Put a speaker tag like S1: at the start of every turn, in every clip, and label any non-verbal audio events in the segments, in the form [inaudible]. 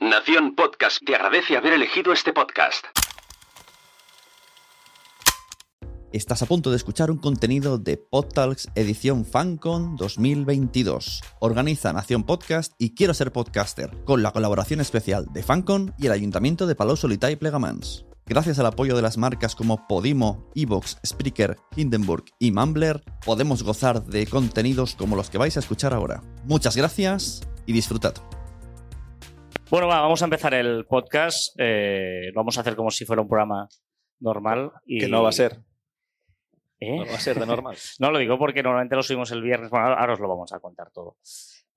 S1: Nación Podcast te agradece haber elegido este podcast.
S2: Estás a punto de escuchar un contenido de PodTalks edición FanCon 2022. Organiza Nación Podcast y Quiero Ser Podcaster, con la colaboración especial de FanCon y el Ayuntamiento de Palau Solità y Plegamans. Gracias al apoyo de las marcas como Podimo, Evox, Spreaker, Hindenburg y Mumbler, podemos gozar de contenidos como los que vais a escuchar ahora. Muchas gracias y disfrutad.
S3: Bueno, va, vamos a empezar el podcast. eh, lo vamos a hacer como si fuera un programa normal. Y,
S4: Que no va a [laughs] ser.
S3: ¿Eh?
S4: No va a ser de normal.
S3: No lo digo porque normalmente lo subimos el viernes. Bueno, ahora ahora os lo vamos a contar todo.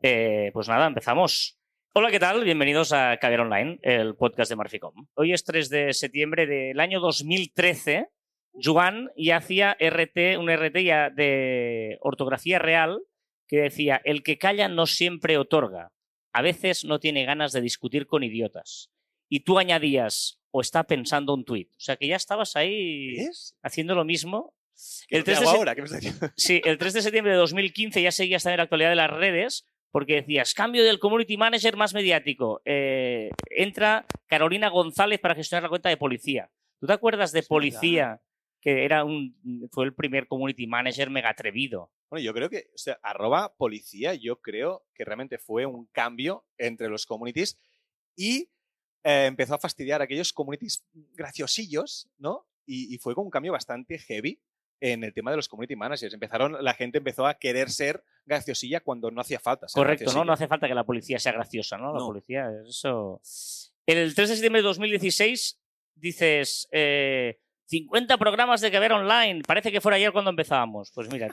S3: Eh, pues nada, empezamos. Hola, ¿qué tal? Bienvenidos a Caviar Online, el podcast de Marficom. Hoy es 3 de septiembre del año 2013. Juan ya hacía RT, un RT ya de ortografía real que decía, el que calla no siempre otorga. A veces no tiene ganas de discutir con idiotas. Y tú añadías, o está pensando un tuit. O sea que ya estabas ahí
S4: ¿Eh?
S3: haciendo lo mismo. El 3 de
S4: hago
S3: se-
S4: ahora? ¿Qué me estás diciendo?
S3: Sí, el 3 de septiembre de 2015 ya seguías también la actualidad de las redes porque decías, cambio del community manager más mediático. Eh, entra Carolina González para gestionar la cuenta de policía. ¿Tú te acuerdas de policía? Que era un, fue el primer community manager mega atrevido.
S4: Bueno, yo creo que, o sea, arroba policía, yo creo que realmente fue un cambio entre los communities y eh, empezó a fastidiar a aquellos communities graciosillos, ¿no? Y, y fue con un cambio bastante heavy en el tema de los community managers. Empezaron, la gente empezó a querer ser graciosilla cuando no hacía falta. ser
S3: Correcto, ¿no?
S4: graciosilla.
S3: No hace falta que la policía sea graciosa, ¿no? La
S4: No.
S3: policía, eso. El 3 de septiembre de 2016 dices eh, 50 programas de que ver online. Parece que fuera ayer cuando empezábamos. Pues mira,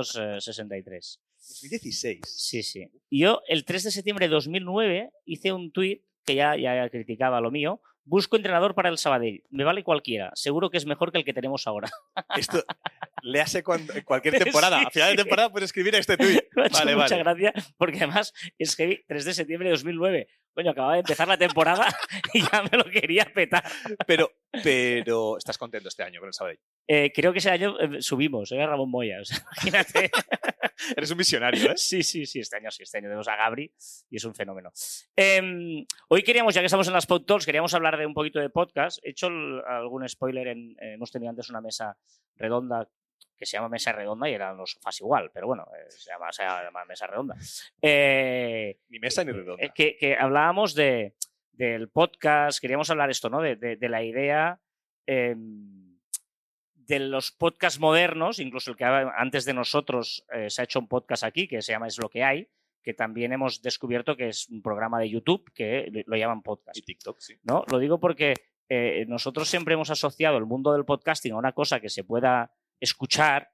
S3: eh, 363.
S4: 2016.
S3: Sí, sí. Y Yo el 3 de septiembre de 2009 hice un tuit que ya, ya criticaba lo mío. Busco entrenador para el Sabadell. Me vale cualquiera. Seguro que es mejor que el que tenemos ahora. [laughs]
S4: Esto le hace cuando- cualquier [laughs]
S3: Sí,
S4: temporada. A final
S3: sí.
S4: de temporada puedes escribir este tuit.
S3: Me ha hecho
S4: Vale,
S3: mucha
S4: vale.
S3: gracia porque además es que vi 3 de septiembre de 2009. Coño, acababa de empezar la temporada [laughs] y ya me lo quería petar.
S4: Pero, pero estás contento este año con el Sabadell.
S3: Eh, creo que ese año eh, subimos, era Ramón Moya. o sea, [laughs] imagínate.
S4: Eres un misionario, ¿eh?
S3: Sí, sí, sí, este año sí, este año tenemos a Gabri y es un fenómeno. Em, hoy queríamos, ya que estamos en las Pod Talks, queríamos hablar de un poquito de podcast. He hecho el- algún spoiler, en- eh, hemos tenido antes una mesa redonda que se llama Mesa Redonda y eran los sofás igual, pero bueno, eh, se, llama, se llama Mesa Redonda. Eh,
S4: Ni mesa [laughs] ni redonda.
S3: eh, que, que hablábamos de, del podcast, queríamos hablar esto, ¿no? De, de- de la idea eh, de los podcasts modernos, incluso el que ha- antes de nosotros eh, se ha hecho un podcast aquí que se llama Es lo que hay, que también hemos descubierto que es un programa de YouTube que lo- lo llaman podcast.
S4: Y TikTok, sí.
S3: ¿no? Lo digo porque eh, nosotros siempre hemos asociado el mundo del podcasting a una cosa que se pueda escuchar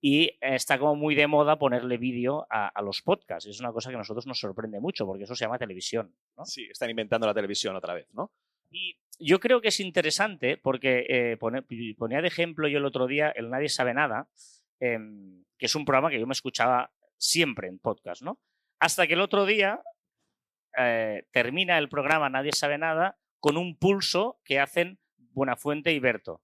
S3: y eh, está como muy de moda ponerle vídeo a, a los podcasts. Es una cosa que a nosotros nos sorprende mucho porque eso se llama televisión. ¿no?
S4: Sí, están inventando la televisión otra vez, ¿no?
S3: Y yo creo que es interesante porque eh, pone- ponía de ejemplo yo el otro día el Nadie sabe nada, em, que es un programa que yo me escuchaba siempre en podcast, ¿no? Hasta que el otro día eh, termina el programa Nadie sabe nada con un pulso que hacen Buenafuente y Berto.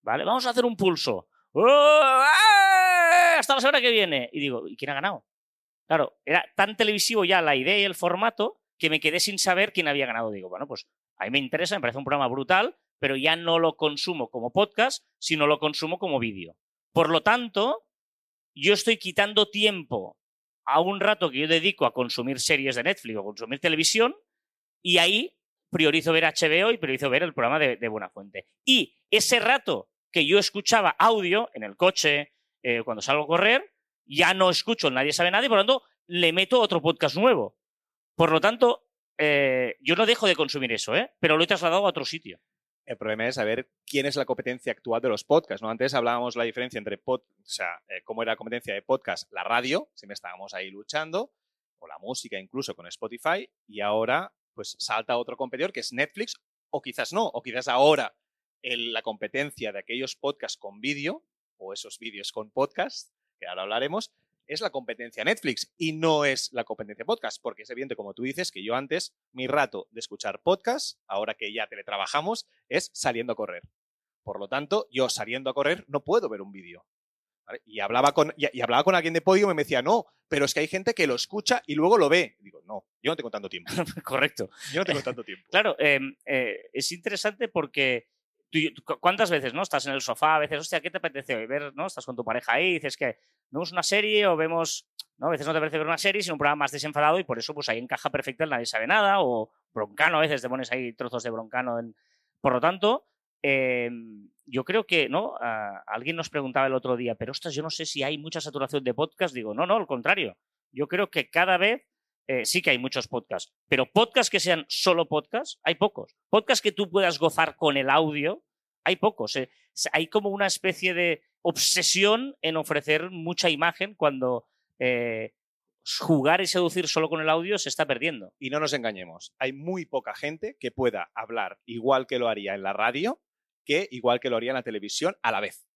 S3: ¿Vale? Vamos a hacer un pulso. ¡Oh! ¡Ah! Hasta la semana que viene. Y digo, ¿y quién ha ganado? Claro, era tan televisivo ya la idea y el formato que me quedé sin saber quién había ganado. Digo, bueno, pues a mí me interesa, me parece un programa brutal, pero ya no lo consumo como podcast, sino lo consumo como vídeo. Por lo tanto, yo estoy quitando tiempo a un rato que yo dedico a consumir series de Netflix o consumir televisión, y ahí priorizo ver HBO y priorizo ver el programa de, de Buenafuente. Y ese rato que yo escuchaba audio en el coche, eh, cuando salgo a correr, ya no escucho el Nadie sabe nada y por lo tanto le meto otro podcast nuevo. Por lo tanto, eh, yo no dejo de consumir eso, ¿eh? pero lo he trasladado a otro sitio.
S4: El problema es saber quién es la competencia actual de los podcasts, ¿no? Antes hablábamos la diferencia entre pod, o sea, eh, cómo era la competencia de podcast, la radio, siempre estábamos ahí luchando, o la música incluso con Spotify, y ahora pues salta otro competidor que es Netflix, o quizás no, o quizás ahora el- la competencia de aquellos podcasts con vídeo, o esos vídeos con podcast, que ahora hablaremos, es la competencia Netflix y no es la competencia podcast, porque es evidente, como tú dices, que yo antes, mi rato de escuchar podcast, ahora que ya teletrabajamos, es saliendo a correr. Por lo tanto, yo saliendo a correr no puedo ver un vídeo. ¿vale? Y, hablaba con, y, y hablaba con alguien de podio y me decía, no, pero es que hay gente que lo escucha y luego lo ve. Y digo, no, yo no tengo
S3: [laughs]
S4: tanto tiempo.
S3: Correcto.
S4: Yo no tengo tanto tiempo.
S3: Claro, eh, eh, es interesante porque tú y- tú- cu- ¿cuántas veces no estás en el sofá? A veces, hostia, ¿qué te apetece hoy ver? ¿no? Estás con tu pareja ahí y dices que vemos una serie o vemos... ¿no? A veces no te apetece ver una serie, sino un programa más desenfadado y por eso pues ahí encaja perfecto el Nadie sabe nada o broncano, a veces te pones ahí trozos de broncano. en- Por lo tanto, eh, yo creo que, ¿no? Ah, alguien nos preguntaba el otro día, pero ostras, yo no sé si hay mucha saturación de podcast. Digo, no, no, al contrario. Yo creo que cada vez eh, sí que hay muchos podcasts, pero podcasts que sean solo podcasts, hay pocos. Podcasts que tú puedas gozar con el audio, hay pocos. eh. S- Hay como una especie de obsesión en ofrecer mucha imagen cuando eh, jugar y seducir solo con el audio se está perdiendo.
S4: Y no nos engañemos, hay muy poca gente que pueda hablar igual que lo haría en la radio que igual que lo haría en la televisión a la vez.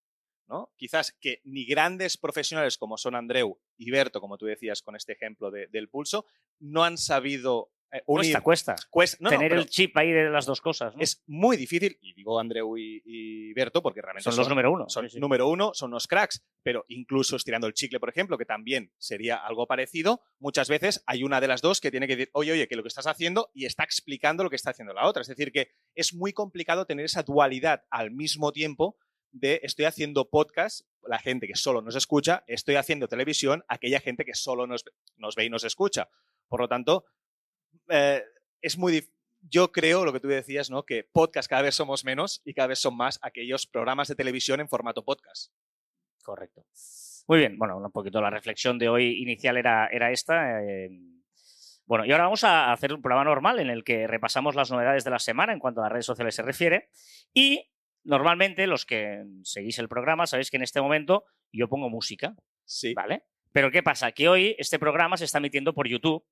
S4: ¿no? Quizás que ni grandes profesionales como son Andreu y Berto, como tú decías con este ejemplo de- del pulso, no han sabido eh, unir.
S3: Cuesta, cuesta.
S4: Cuest- no, no,
S3: Tener
S4: pero
S3: el chip ahí de las dos cosas. ¿no?
S4: es muy difícil, y digo Andreu y, y Berto porque realmente
S3: son los número uno.
S4: son
S3: sí, sí.
S4: número uno, son unos cracks, pero incluso estirando el chicle, por ejemplo, que también sería algo parecido, muchas veces hay una de las dos que tiene que decir, oye, oye, que lo que estás haciendo y está explicando lo que está haciendo la otra. Es decir, que es muy complicado tener esa dualidad al mismo tiempo de estoy haciendo podcast, la gente que solo nos escucha, estoy haciendo televisión, aquella gente que solo nos, nos ve y nos escucha. Por lo tanto, eh, es muy dif- Yo creo lo que tú decías, ¿no? Que podcast cada vez somos menos y cada vez son más aquellos programas de televisión en formato podcast.
S3: Correcto. Muy bien, bueno, un poquito la reflexión de hoy inicial era, era esta. eh, bueno, y ahora vamos a hacer un programa normal en el que repasamos las novedades de la semana en cuanto a las redes sociales se refiere. Y normalmente los que seguís el programa sabéis que en este momento yo pongo música,
S4: Sí.
S3: ¿vale? Pero ¿qué pasa? Que hoy este programa se está emitiendo por YouTube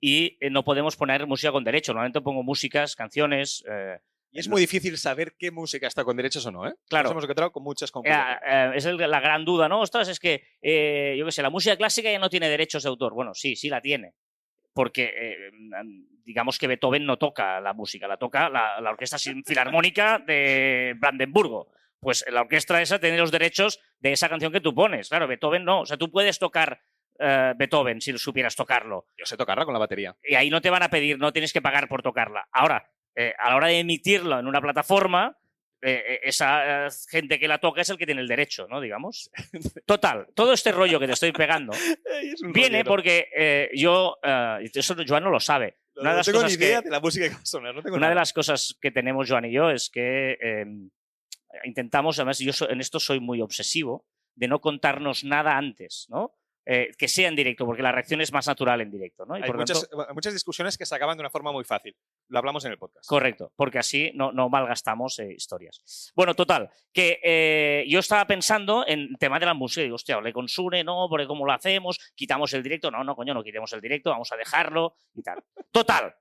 S3: y eh, no podemos poner música con derecho. Normalmente pongo músicas, canciones. eh,
S4: Y es muy difícil saber qué música está con derechos o no, ¿eh?
S3: Claro.
S4: Nos hemos encontrado con muchas
S3: Eh,
S4: complicaciones.
S3: eh, es el- la gran duda, ¿no? Ostras, es que, eh, yo qué sé, la música clásica ya no tiene derechos de autor. Bueno, sí, sí la tiene. Porque eh, digamos que Beethoven no toca la música, la toca la, la Orquesta Sin- Filarmónica de Brandenburgo. Pues la orquesta esa tiene los derechos de esa canción que tú pones. Claro, Beethoven no. O sea, tú puedes tocar eh, Beethoven si supieras tocarlo
S4: Yo sé tocarla con la batería.
S3: y ahí no te van a pedir, no tienes que pagar por tocarla. Ahora, eh, a la hora de emitirlo en una plataforma, eh, eh, esa eh, gente que la toca es el que tiene el derecho, ¿no? Digamos. [laughs] Total, todo este rollo que te estoy
S4: [laughs]
S3: pegando viene porque eh, yo, eh, eso Joan no lo sabe.
S4: No,
S3: una de
S4: no
S3: las
S4: tengo ni
S3: cosas que-
S4: idea de la música que va a sonar. No tengo
S3: Una de
S4: nada.
S3: las cosas que tenemos Joan y yo es que eh, intentamos, además yo so- en esto soy muy obsesivo, de no contarnos nada antes, ¿no? Eh, que sea en directo, porque la reacción es más natural en directo, ¿no? Y
S4: Hay
S3: por tanto-
S4: muchas, hay muchas discusiones que se acaban de una forma muy fácil. Lo hablamos en el podcast.
S3: Correcto, porque así no, no malgastamos eh, historias. Bueno, total, que eh, yo estaba pensando en el tema de la música. Digo, hostia, le consume, ¿no? Porque cómo lo hacemos, quitamos el directo. No, no, coño, no quitemos el directo, vamos a dejarlo y tal. Total.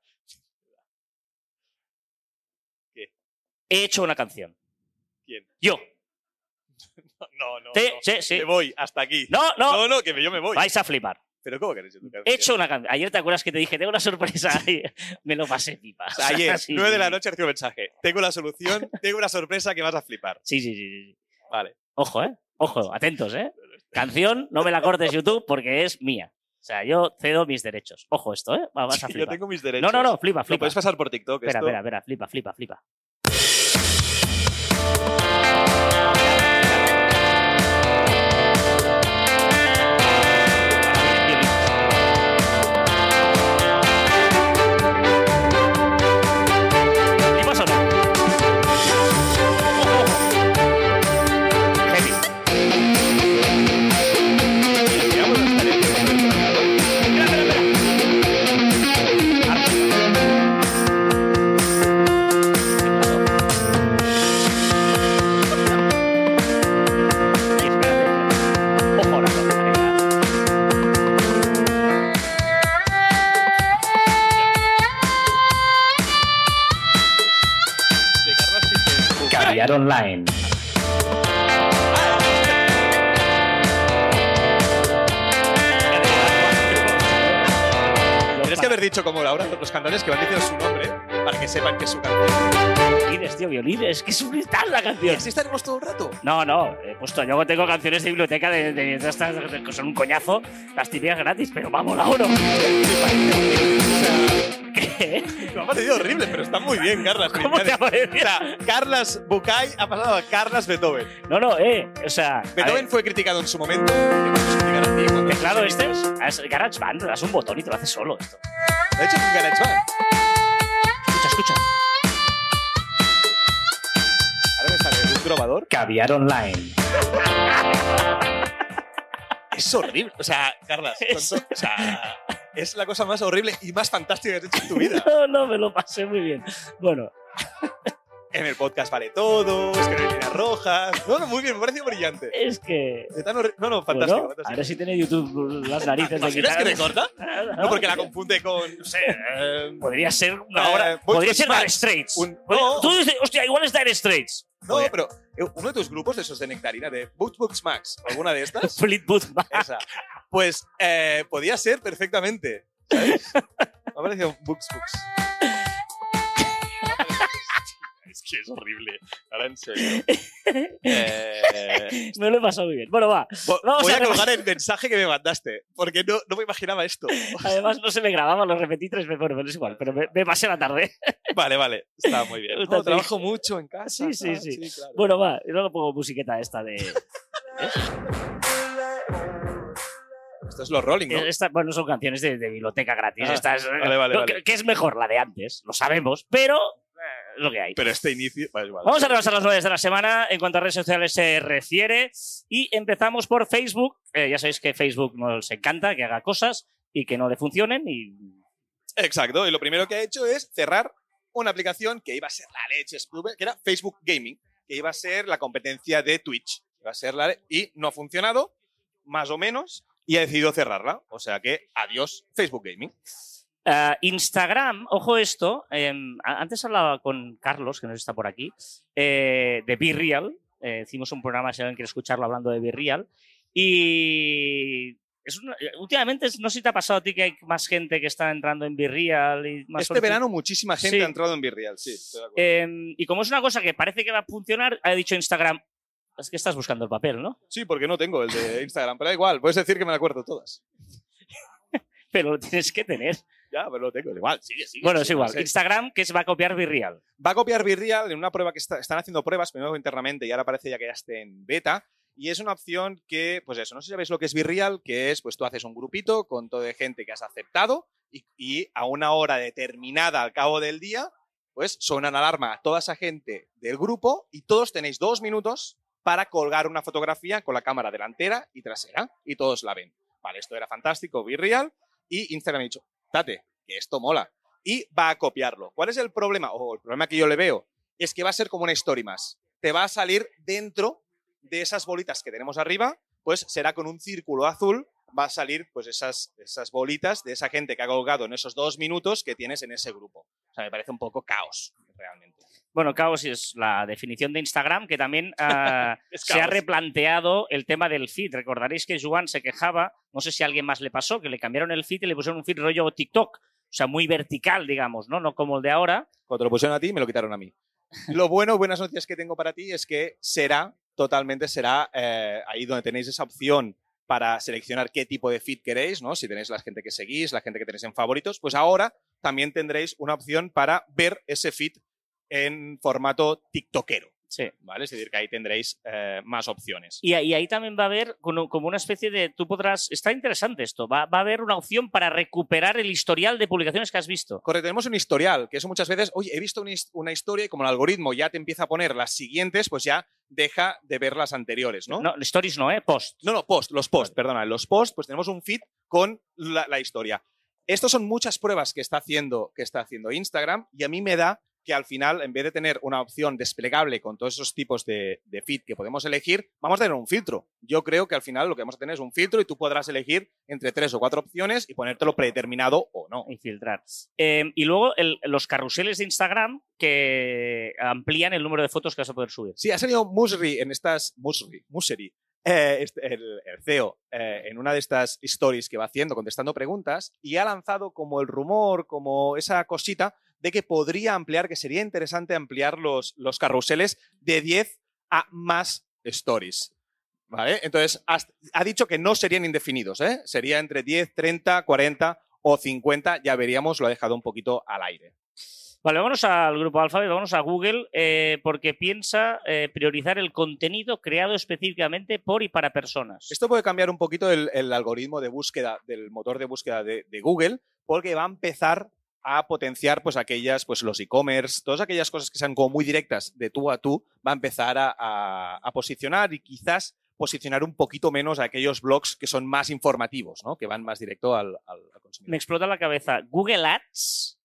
S4: ¿Qué?
S3: He hecho una canción.
S4: ¿Quién?
S3: Yo.
S4: No, no.
S3: Sí,
S4: no.
S3: sí, sí.
S4: Me voy hasta aquí.
S3: No, no,
S4: no, no, que yo me voy.
S3: vais a flipar.
S4: Pero ¿cómo queréis tocar?
S3: He hecho una canción. Ayer te acuerdas que te dije, tengo una sorpresa. [laughs] ahí. Me lo pasé pipa. [laughs]
S4: O sea, Ayer,
S3: Sí,
S4: 9 de
S3: sí,
S4: la
S3: sí.
S4: noche, recibo un mensaje. Tengo la solución, tengo una sorpresa que vas a flipar.
S3: Sí, sí, sí, sí. sí.
S4: Vale.
S3: Ojo, ¿eh? Ojo, atentos, ¿eh? Canción, no me la cortes YouTube porque es mía. O sea, yo cedo mis derechos. Ojo esto, ¿eh? Va- Vas a
S4: Yo
S3: flipar.
S4: tengo mis
S3: No,
S4: derechos.
S3: no, no, flipa,
S4: Lo
S3: flipa.
S4: puedes pasar por TikTok.
S3: Espera,
S4: esto-
S3: espera, espera, flipa, flipa, flipa. ¿Flipas o no? Ojo, ojo. oh, Heavy.
S4: Digamos, estaría bien.
S3: Espera, espera, espera. Y espérate, espérate. Ojo ahora, no, vale, ya.
S4: De Carlos Piqué.
S3: Caviar online.
S4: Tienes que haber dicho como Laura, los cantantes que van diciendo su nombre para que sepan que es su canción.
S3: Violines, tío, violines. Que es un gritar la
S4: Y
S3: canción.
S4: así estaremos todo el rato.
S3: No, no, he puesto, yo tengo canciones de biblioteca de, de, de estas que son un coñazo, las típicas gratis, pero vamos a
S4: [laughs]
S3: uno. ¿Qué?
S4: Lo ha parecido horrible, pero está muy bien, Carlas.
S3: ¿Cómo te
S4: O sea, Carlas Bucay ha pasado a Carlas Beethoven.
S3: No, no, eh, o sea, a
S4: Beethoven
S3: ver,
S4: fue criticado en su momento. que muchos criticaron, tío, cuando
S3: teclado
S4: eran
S3: este,
S4: niños.
S3: es GarageBand, le das un botón y te lo hace solo esto.
S4: Lo ha hecho con GarageBand.
S3: Escucha, escucha.
S4: Ahora me sale un trovador.
S3: Caviar online.
S4: Es horrible. O sea, Carlas,
S3: Es-
S4: tonto, o sea, es la cosa más horrible y más fantástica que has hecho en tu vida.
S3: [laughs] No, no, me lo pasé muy bien. Bueno,
S4: En el podcast vale todo, es que no hay líneas rojas. No, no, muy bien, me pareció brillante.
S3: es que...
S4: De tan horri- No, no, fantástico.
S3: bueno,
S4: fantástico.
S3: ahora sí tiene YouTube las narices
S4: ¿Te
S3: de
S4: imaginas
S3: quitar. Ah,
S4: que te corta?
S3: No,
S4: No, porque la confunde con, no sé, eh,
S3: Podría ser
S4: Eh,
S3: una hora.
S4: Boy
S3: podría
S4: Choice
S3: ser Dire
S4: Max,
S3: Straits.
S4: un-
S3: Podría-
S4: no.
S3: Tú dices, hostia, igual es Dire Straits.
S4: No,
S3: Joder.
S4: pero eh, uno de tus grupos, esos de Nectarina, de Boot Books Max, o alguna de
S3: [laughs]
S4: estas,
S3: Fleetwood Mac.
S4: esa, pues eh, podía ser perfectamente.
S3: [laughs]
S4: ¿Sabes? Me ha parecido Books Books. es que es horrible. Ahora en
S3: [laughs]
S4: serio. Eh,
S3: Me lo he pasado muy bien. Bueno, va.
S4: vo-
S3: Vamos
S4: voy
S3: a
S4: a colgar el mensaje que me mandaste, porque no, no me imaginaba esto.
S3: Además, no se me grababa, lo repetí tres veces. Bueno, pero es igual, pero me, me pasé la tarde.
S4: Vale, vale, está
S3: [laughs]
S4: muy bien.
S3: Puta,
S4: No, trabajo mucho en casa.
S3: Sí, sí,
S4: tal,
S3: sí.
S4: claro.
S3: Bueno, va. Y luego pongo musiqueta esta de.
S4: Esto es los Rolling, ¿no?
S3: eh, esta- bueno, son canciones de, de biblioteca gratis.
S4: Ah,
S3: estas,
S4: vale, vale,
S3: no,
S4: vale.
S3: Que, que es mejor la de antes, lo sabemos, pero eh, es lo que hay.
S4: Pero este inicio. Vale, vale.
S3: Vamos a repasar las novedades de la semana en cuanto a redes sociales se refiere. Y empezamos por Facebook. Eh, ya sabéis que Facebook nos encanta que haga cosas y que no le funcionen. Y
S4: Exacto, y lo primero que ha hecho es cerrar una aplicación que iba a ser la leche, Spluber, que era Facebook Gaming, que iba a ser la competencia de Twitch. Iba a ser la le- y no ha funcionado, más o menos, y ha decidido cerrarla. O sea que adiós Facebook Gaming.
S3: eh, Instagram, ojo esto, em, a- antes hablaba con Carlos, que no sé si está por aquí, eh, de Be Real. Eh, hicimos un programa, si alguien quiere escucharlo, hablando de Be Real. Y es una- eh, últimamente, no sé si te ha pasado a ti que hay más gente que está entrando en Be Real. Y más
S4: este
S3: solicitud-
S4: verano muchísima gente
S3: Sí.
S4: ha entrado en Virreal, sí. estoy de acuerdo.
S3: Eh, y como es una cosa que parece que va a funcionar, ha dicho Instagram, es que estás buscando el papel, ¿no?
S4: Sí, porque no tengo el de Instagram, pero da igual, puedes decir que me la acuerdo todas.
S3: Pero lo [laughs] tienes que tener.
S4: Ya, pero lo tengo, da igual, sigue, sigue.
S3: Bueno, es
S4: sigue,
S3: igual.
S4: sigue.
S3: Instagram que se va a copiar Virreal.
S4: va a copiar Virreal en una prueba que está- están haciendo pruebas, primero internamente y ahora parece ya que ya esté en beta. Y es una opción que, pues eso, no sé si sabéis lo que es Virreal, que es, pues tú haces un grupito con todo de gente que has aceptado y, y a una hora determinada al cabo del día, pues suena la alarma a toda esa gente del grupo y todos tenéis dos minutos para colgar una fotografía con la cámara delantera y trasera y todos la ven. Vale, esto era fantástico, Virreal, y Instagram ha dicho, date, que esto mola y va a copiarlo. ¿Cuál es el problema? O el problema que yo le veo es que va a ser como una story más. Te va a salir dentro de esas bolitas que tenemos arriba, pues será con un círculo azul, va a salir pues esas, esas bolitas de esa gente que ha colgado en esos dos minutos que tienes en ese grupo. O sea, me parece un poco caos, realmente.
S3: Bueno, caos es la definición de Instagram, que
S4: [laughs]
S3: también ah,
S4: Es
S3: se ha
S4: caos.
S3: replanteado el tema del feed. Recordaréis que Juan se quejaba, no sé si a alguien más le pasó, que le cambiaron el feed y le pusieron un feed rollo TikTok. O sea, muy vertical, digamos, ¿no? No como el de ahora.
S4: Cuando lo pusieron a ti, me lo quitaron a mí. Lo bueno, buenas noticias que tengo para ti es que será, totalmente será eh, ahí donde tenéis esa opción para seleccionar qué tipo de feed queréis, ¿no? Si tenéis la gente que seguís, la gente que tenéis en favoritos, pues ahora también tendréis una opción para ver ese feed en formato tiktokero,
S3: Sí.
S4: ¿vale? Es decir, que ahí tendréis eh, más opciones.
S3: Y, ahí- ahí también va a haber como como una especie de. Tú podrás. Está interesante esto. Va, va a haber una opción para recuperar el historial de publicaciones que has visto.
S4: Correcto, tenemos un historial, que eso muchas veces, oye, he visto una his- una historia y como el algoritmo ya te empieza a poner las siguientes, pues ya deja de ver las anteriores, ¿no?
S3: No, stories no, ¿eh? Post.
S4: No, no, post, los post, perdona, los post, pues tenemos un feed con la, la historia. Estos son muchas pruebas que está, haciendo, que está haciendo Instagram y a mí me da que al final, en vez de tener una opción desplegable con todos esos tipos de, de feed que podemos elegir, vamos a tener un filtro. Yo creo que al final lo que vamos a tener es un filtro y tú podrás elegir entre tres o cuatro opciones y ponértelo predeterminado o no.
S3: Y filtrar. Eh, y luego el- los carruseles de Instagram que amplían el número de fotos que vas a poder subir.
S4: Sí, ha salido Musri en estas. Musri, Museri. eh, este- el, el CEO, eh, en una de estas stories que va haciendo, contestando preguntas, y ha lanzado como el rumor, como esa cosita de que podría ampliar, que sería interesante ampliar los, los carruseles de 10 a más stories. ¿Vale? Entonces, has- ha dicho que no serían indefinidos, ¿eh? Sería entre 10, 30, 40 o 50, ya veríamos, lo ha dejado un poquito al aire.
S3: Vale, vámonos al grupo Alphabet, vámonos a Google, eh, porque piensa eh, priorizar el contenido creado específicamente por y para personas.
S4: Esto puede cambiar un poquito el, el algoritmo de búsqueda, del motor de búsqueda de, de Google, porque va a empezar a potenciar pues aquellas, pues los e-commerce, todas aquellas cosas que sean como muy directas de tú a tú, va a empezar a, a- a posicionar y quizás posicionar un poquito menos a aquellos blogs que son más informativos, ¿no? que van más directo al, al- al consumidor.
S3: Me explota la cabeza. Google Ads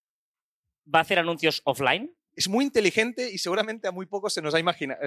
S3: va a hacer anuncios offline.
S4: es muy inteligente y seguramente a muy pocos se nos ha imaginado,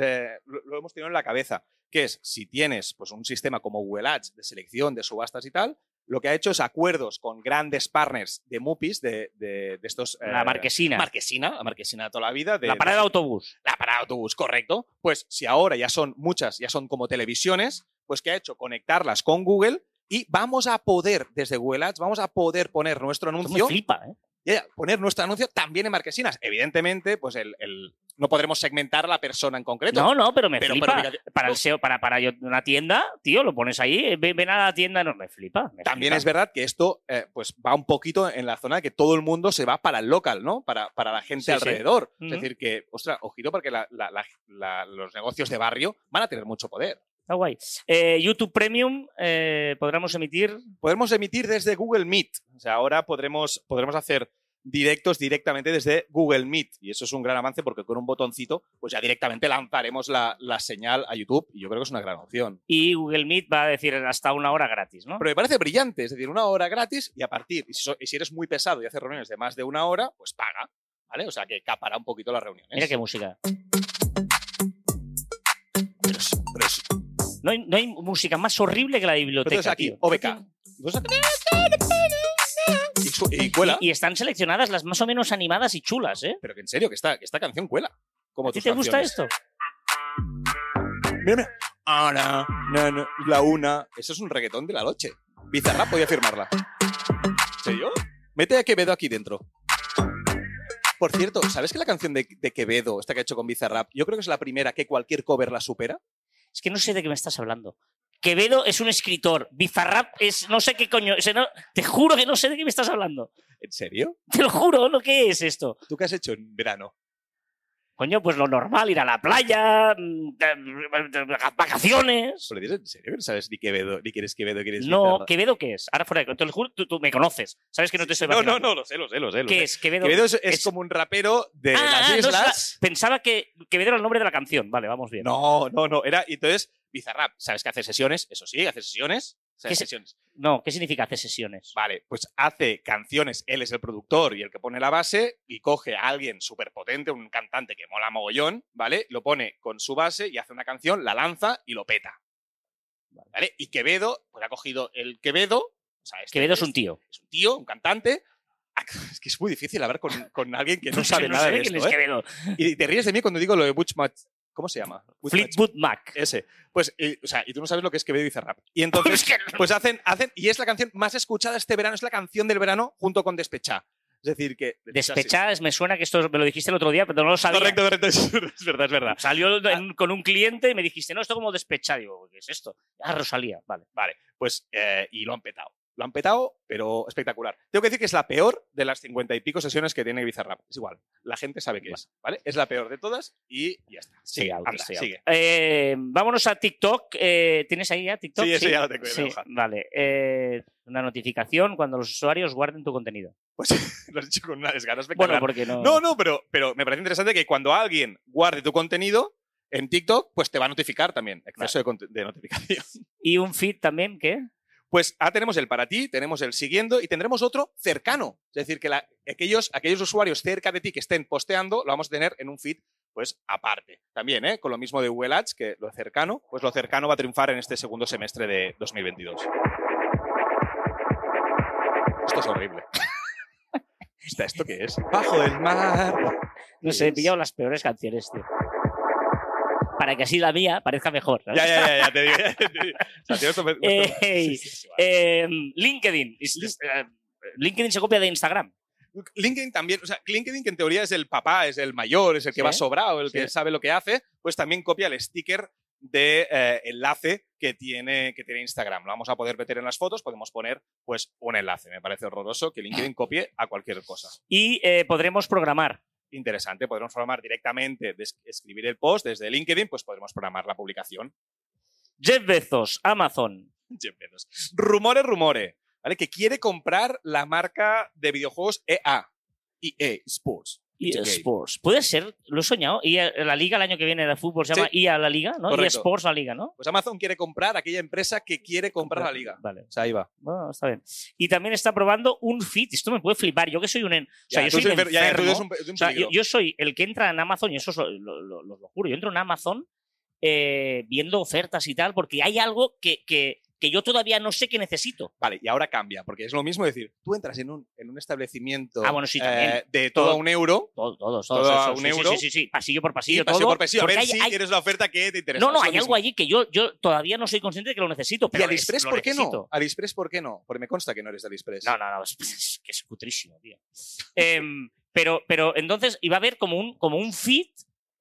S4: lo, lo hemos tenido en la cabeza, que es, si tienes pues, un sistema como Google Ads de selección, de subastas y tal, lo que ha hecho es acuerdos con grandes partners de MUPIs, de, de- de estos...
S3: La
S4: eh,
S3: marquesina,
S4: Marquesina, la marquesina de toda la vida. de-
S3: la parada de autobús.
S4: la parada de autobús, correcto. Pues si ahora ya son muchas, ya son como televisiones, pues ¿qué ha hecho? Conectarlas con Google y vamos a poder, desde Google Ads, vamos a poder poner nuestro
S3: Esto
S4: anuncio
S3: me flipa, ¿eh?
S4: ya, ya, poner nuestro anuncio también en marquesinas. Evidentemente, pues el, el- no podremos segmentar a la persona en concreto.
S3: No, no, pero me
S4: pero-
S3: flipa.
S4: pero-
S3: para el SEO, para, para yo- una tienda, tío, lo pones ahí, eh, ve- ven a la tienda, no me flipa. me
S4: también
S3: flipa.
S4: es verdad que esto eh, pues va un poquito en la zona de que todo el mundo se va para el local, ¿no? Para, para la gente
S3: Sí, sí.
S4: alrededor.
S3: Ujú.
S4: Es decir, que, ostras, ojito, porque la- la- la- la- los negocios de barrio van a tener mucho poder.
S3: Está guay. Eh, YouTube Premium, eh, podremos emitir.
S4: Podemos emitir desde Google Meet. O sea, ahora podremos, podremos hacer directos directamente desde Google Meet. Y eso es un gran avance porque con un botoncito, pues ya directamente lanzaremos la, la señal a YouTube. Y yo creo que es una gran opción.
S3: Y Google Meet va a decir hasta una hora gratis, ¿no?
S4: Pero me parece brillante, es decir, una hora gratis y a partir, y si, so- y si eres muy pesado y haces reuniones de más de una hora, pues paga, ¿vale? O sea, que capará un poquito las reuniones.
S3: Mira qué música.
S4: Pero es- pero es-
S3: No hay, no hay música más horrible que la de biblioteca.
S4: entonces aquí,
S3: tío.
S4: OBK. Y vos- Y, su- y cuela.
S3: Y están seleccionadas las más o menos animadas y chulas, ¿eh?
S4: Pero que en serio, que esta, que esta canción cuela. Como
S3: ¿A ti
S4: tus
S3: te gusta
S4: canciones.
S3: esto?
S4: Mira, mira. Ana, na, na, la una. Eso es un reggaetón de la noche. Bizarra podía firmarla. ¿En serio? Mete a Quevedo aquí dentro. Por cierto, ¿sabes que la canción de, de Quevedo, esta que ha hecho con Bizarrap, yo creo que es la primera que cualquier cover la supera?
S3: Es que no sé de qué me estás hablando. Quevedo es un escritor. Bizarrap es no sé qué coño. o sea, no- te juro que no sé de qué me estás hablando.
S4: ¿En serio?
S3: Te lo juro, ¿lo que es esto?
S4: ¿Tú qué has hecho en verano?
S3: Coño, pues lo normal, ir a la playa, mm, de- de- de- vacaciones.
S4: ¿Solo dices en serio que no sabes ni Quevedo, ni quieres Quevedo, quieres
S3: No,
S4: Bizarrap?
S3: ¿Quevedo qué es? Ahora fuera de... Te lo juro, tú, tú me conoces. Sabes que no te estoy
S4: No, no,
S3: vacilando.
S4: no, lo sé, lo sé, lo sé. lo
S3: ¿Qué
S4: sé.
S3: es Quevedo?
S4: Quevedo es, es
S3: es-
S4: como un rapero de
S3: Ah, ah, no
S4: las
S3: es la-
S4: islas.
S3: Pensaba que Quevedo era el nombre de la canción. Vale, vamos bien.
S4: No, no, no. Era, y entonces, Bizarrap, ¿sabes que hace sesiones? Eso sí, hace sesiones.
S3: ¿Qué
S4: Hace
S3: se-
S4: sesiones.
S3: No, ¿qué significa hacer sesiones?
S4: Vale, pues hace canciones, él es el productor y el que pone la base, y coge a alguien súper potente, un cantante que mola mogollón, ¿vale? Lo pone con su base y hace una canción, la lanza y lo peta. ¿Vale? Y Quevedo, pues ha cogido el Quevedo. o sea, este-
S3: Quevedo es un tío.
S4: es un tío, un cantante. [laughs] Es que es muy difícil hablar con, con alguien que no sabe
S3: no
S4: nada
S3: sé
S4: de
S3: quién [laughs]
S4: esto.
S3: es
S4: ¿eh?
S3: Quevedo.
S4: Y te ríes de mí cuando digo lo de Butch Mach- ¿Cómo se llama? Butch Mach-
S3: Fleetwood Mac.
S4: Ese. Pues, y, o sea, y tú no sabes lo que es que dice rap. Y
S3: [laughs]
S4: entonces,
S3: Es que-
S4: pues hacen, hacen, y es la canción más escuchada este verano, es la canción del verano junto con Despechá. Es decir, que.
S3: Despechadas, me suena que esto me lo dijiste el otro día, pero no lo
S4: sí.
S3: sabía.
S4: Correcto, correcto, es es verdad, es verdad.
S3: Salió en- con un cliente y me dijiste, no, esto como despechado. Digo, ¿qué es esto? Ah, Rosalía, vale.
S4: Pues, eh, y lo han petado. Lo han petado, pero espectacular. Tengo que decir que es la peor de las cincuenta y pico sesiones que tiene Bizarrap. Es igual, la gente sabe que es, ¿vale? Es la peor de todas y ya está. Sigue,
S3: Estoy out,
S4: anda,
S3: estoy out.
S4: sigue. [laughs]
S3: Eh, vámonos a TikTok. Eh, ¿Tienes ahí ya TikTok?
S4: Sí, eso ya lo tengo en la hoja.
S3: Vale. Eh, una notificación cuando los usuarios guarden tu contenido.
S4: Pues lo has dicho con una desgana
S3: Bueno,
S4: espectacular.
S3: porque no.
S4: no, no, pero, pero me parece interesante que cuando alguien guarde tu contenido en TikTok, pues te va a notificar también. Exceso de conte- de, notificación. [laughs]
S3: Y un feed también, ¿qué?
S4: Pues ahora tenemos el para ti, tenemos el siguiendo y tendremos otro cercano. Es decir, que la- aquellos, aquellos usuarios cerca de ti que estén posteando, lo vamos a tener en un feed pues aparte. También, ¿eh? con lo mismo de Google Ads, que lo cercano, pues lo cercano va a triunfar en este segundo semestre de 2022. Esto es [laughs] horrible. Hostia, ¿Esto qué es? Bajo el mar.
S3: No sé, he pillado las peores canciones, tío. para que así la mía parezca mejor. ¿sabes?
S4: Ya, ya, ya, ya te digo. ya te digo. O sea, tío, esto me-
S3: [laughs] Ey,
S4: Sí, sí, sí, vale.
S3: Eh, LinkedIn. Is- is- eh, LinkedIn se copia de Instagram.
S4: LinkedIn también, o sea, LinkedIn que en teoría es el papá, es el mayor, es el que
S3: Sí.
S4: va sobrado, el que
S3: Sí.
S4: sabe lo que hace, pues también copia el sticker de eh, enlace que tiene, que tiene Instagram. Lo vamos a poder meter en las fotos, podemos poner pues un enlace. Me parece horroroso que LinkedIn copie a cualquier cosa.
S3: Y eh, podremos programar.
S4: Interesante, podremos programar directamente, de es- escribir el post desde LinkedIn, pues podremos programar la publicación.
S3: Jeff Bezos, Amazon.
S4: [laughs] Jeff Bezos. Rumore, rumore, ¿vale? Que quiere comprar la marca de videojuegos E EA, EA Sports.
S3: EA
S4: Ok.
S3: Sports. Puede ser, lo he soñado. Y la liga el año que viene de fútbol se llama IA la liga, ¿no? EA
S4: Correcto.
S3: Sports la liga, ¿no?
S4: Pues Amazon quiere comprar aquella empresa que quiere comprar la liga.
S3: Vale.
S4: O sea, ahí va.
S3: Bueno, está bien. Y también está probando un fit. Esto me puede flipar. Yo que soy un. en- O sea, yo
S4: tú
S3: soy un
S4: eres enfer- ya, ya, tú
S3: enfermo.
S4: eres un pe- de un
S3: O sea, yo,
S4: peligro.
S3: yo soy el que entra en Amazon, y eso es lo, lo- lo- lo- lo juro, yo entro en Amazon eh, viendo ofertas y tal, porque hay algo que, que- que yo todavía no sé que necesito.
S4: Vale, y ahora cambia, porque es lo mismo decir, tú entras en un, en un establecimiento eh,
S3: Ah, bueno, sí, también.
S4: de todo a un euro
S3: Todo, todos,
S4: Todo
S3: todos, eso,
S4: a un
S3: sí, sí,
S4: euro.
S3: Sí, sí, sí, pasillo por
S4: y
S3: pasillo,
S4: paseo
S3: todo,
S4: por pasillo, a
S3: porque
S4: ver
S3: hay-
S4: si
S3: hay-
S4: tienes la oferta que te interesa.
S3: no, no,
S4: es lo
S3: hay algo
S4: mismo.
S3: allí que yo, yo todavía no soy consciente de que lo necesito.
S4: ¿Y
S3: Pero es-
S4: Aliexpress
S3: lo
S4: por qué no?
S3: necesito.
S4: Aliexpress por qué no? Porque me consta que no eres de Aliexpress.
S3: No, no, no, es, es que es cutrísimo,
S4: [laughs]
S3: tío. Em, pero, pero entonces iba a haber como un, como un feed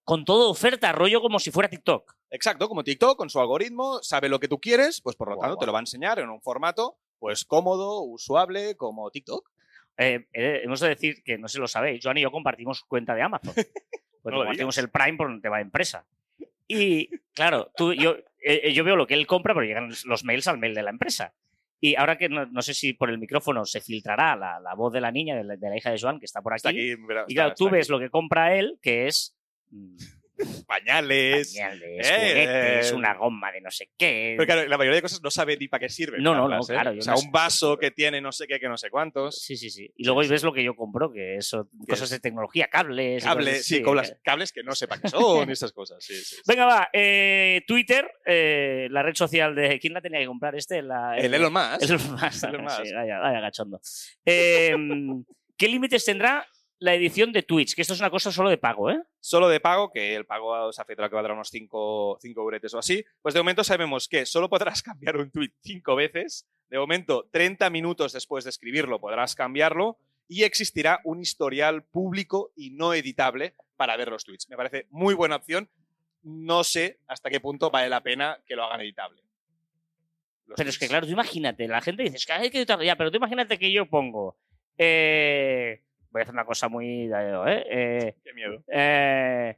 S3: con todo oferta, rollo como si fuera TikTok.
S4: Exacto, como TikTok, con su algoritmo, sabe lo que tú quieres, pues por lo
S3: Guau,
S4: tanto te
S3: guau.
S4: lo va a enseñar en un formato pues cómodo, usable, como TikTok.
S3: Eh, eh, hemos de decir que, no sé si lo sabéis, Joan y yo compartimos cuenta de
S4: [laughs]
S3: Amazon. Porque
S4: No lo
S3: compartimos
S4: digas.
S3: el Prime por un tema de empresa. Y, claro, tú, yo, eh, eh, yo veo lo que él compra, pero llegan los mails al mail de la empresa. Y ahora que no, no sé si por el micrófono se filtrará la, la voz de la niña, de la, de la hija de Joan, que está por aquí.
S4: Está aquí, mira,
S3: y
S4: está-
S3: claro, tú
S4: está
S3: ves lo que compra él, que es mm,
S4: aquí. pañales.
S3: pañales,
S4: eh,
S3: juguetes,
S4: eh.
S3: una goma de no sé qué.
S4: Pero claro, la mayoría de cosas no sabe ni para qué sirve. ¿eh?
S3: No, no, no, claro, yo
S4: O sea,
S3: no sé.
S4: un vaso que tiene no sé qué, que no sé cuántos.
S3: Sí, sí, sí. Y luego ves lo que yo compro, que eso, cosas de tecnología, cables. eh, y
S4: Cables,
S3: cosas
S4: sí,
S3: así,
S4: con
S3: que-
S4: las cables que no sepa qué son y esas cosas. Sí, sí, sí.
S3: Venga, va. eh, Twitter, eh, la red social de. ¿Quién la tenía que comprar este? La,
S4: El Elon Musk.
S3: El [laughs] Elon Musk.
S4: Elon
S3: Sí,
S4: Musk.
S3: vaya, vaya cachondo. Eh, [laughs] ¿Qué límites tendrá la edición de Twitch? Que esto es una cosa solo de pago, ¿eh?
S4: Solo de pago, que el pago se afectará que va a dar unos 5 euretes o así. Pues de momento sabemos que solo podrás [laughs] cambiar un tweet 5 veces. De momento, 30 minutos después de escribirlo podrás cambiarlo. Y existirá un historial público y no editable para ver los tweets. Me parece muy buena opción. No sé hasta qué punto vale la pena que lo hagan editable. Los
S3: Pero es que,
S4: tweets.
S3: claro, tú imagínate, la gente dice, es que hay que editarlo ya, pero tú imagínate que yo pongo. eh, voy a hacer una cosa muy. ¿eh? eh
S4: Qué miedo.
S3: Eh,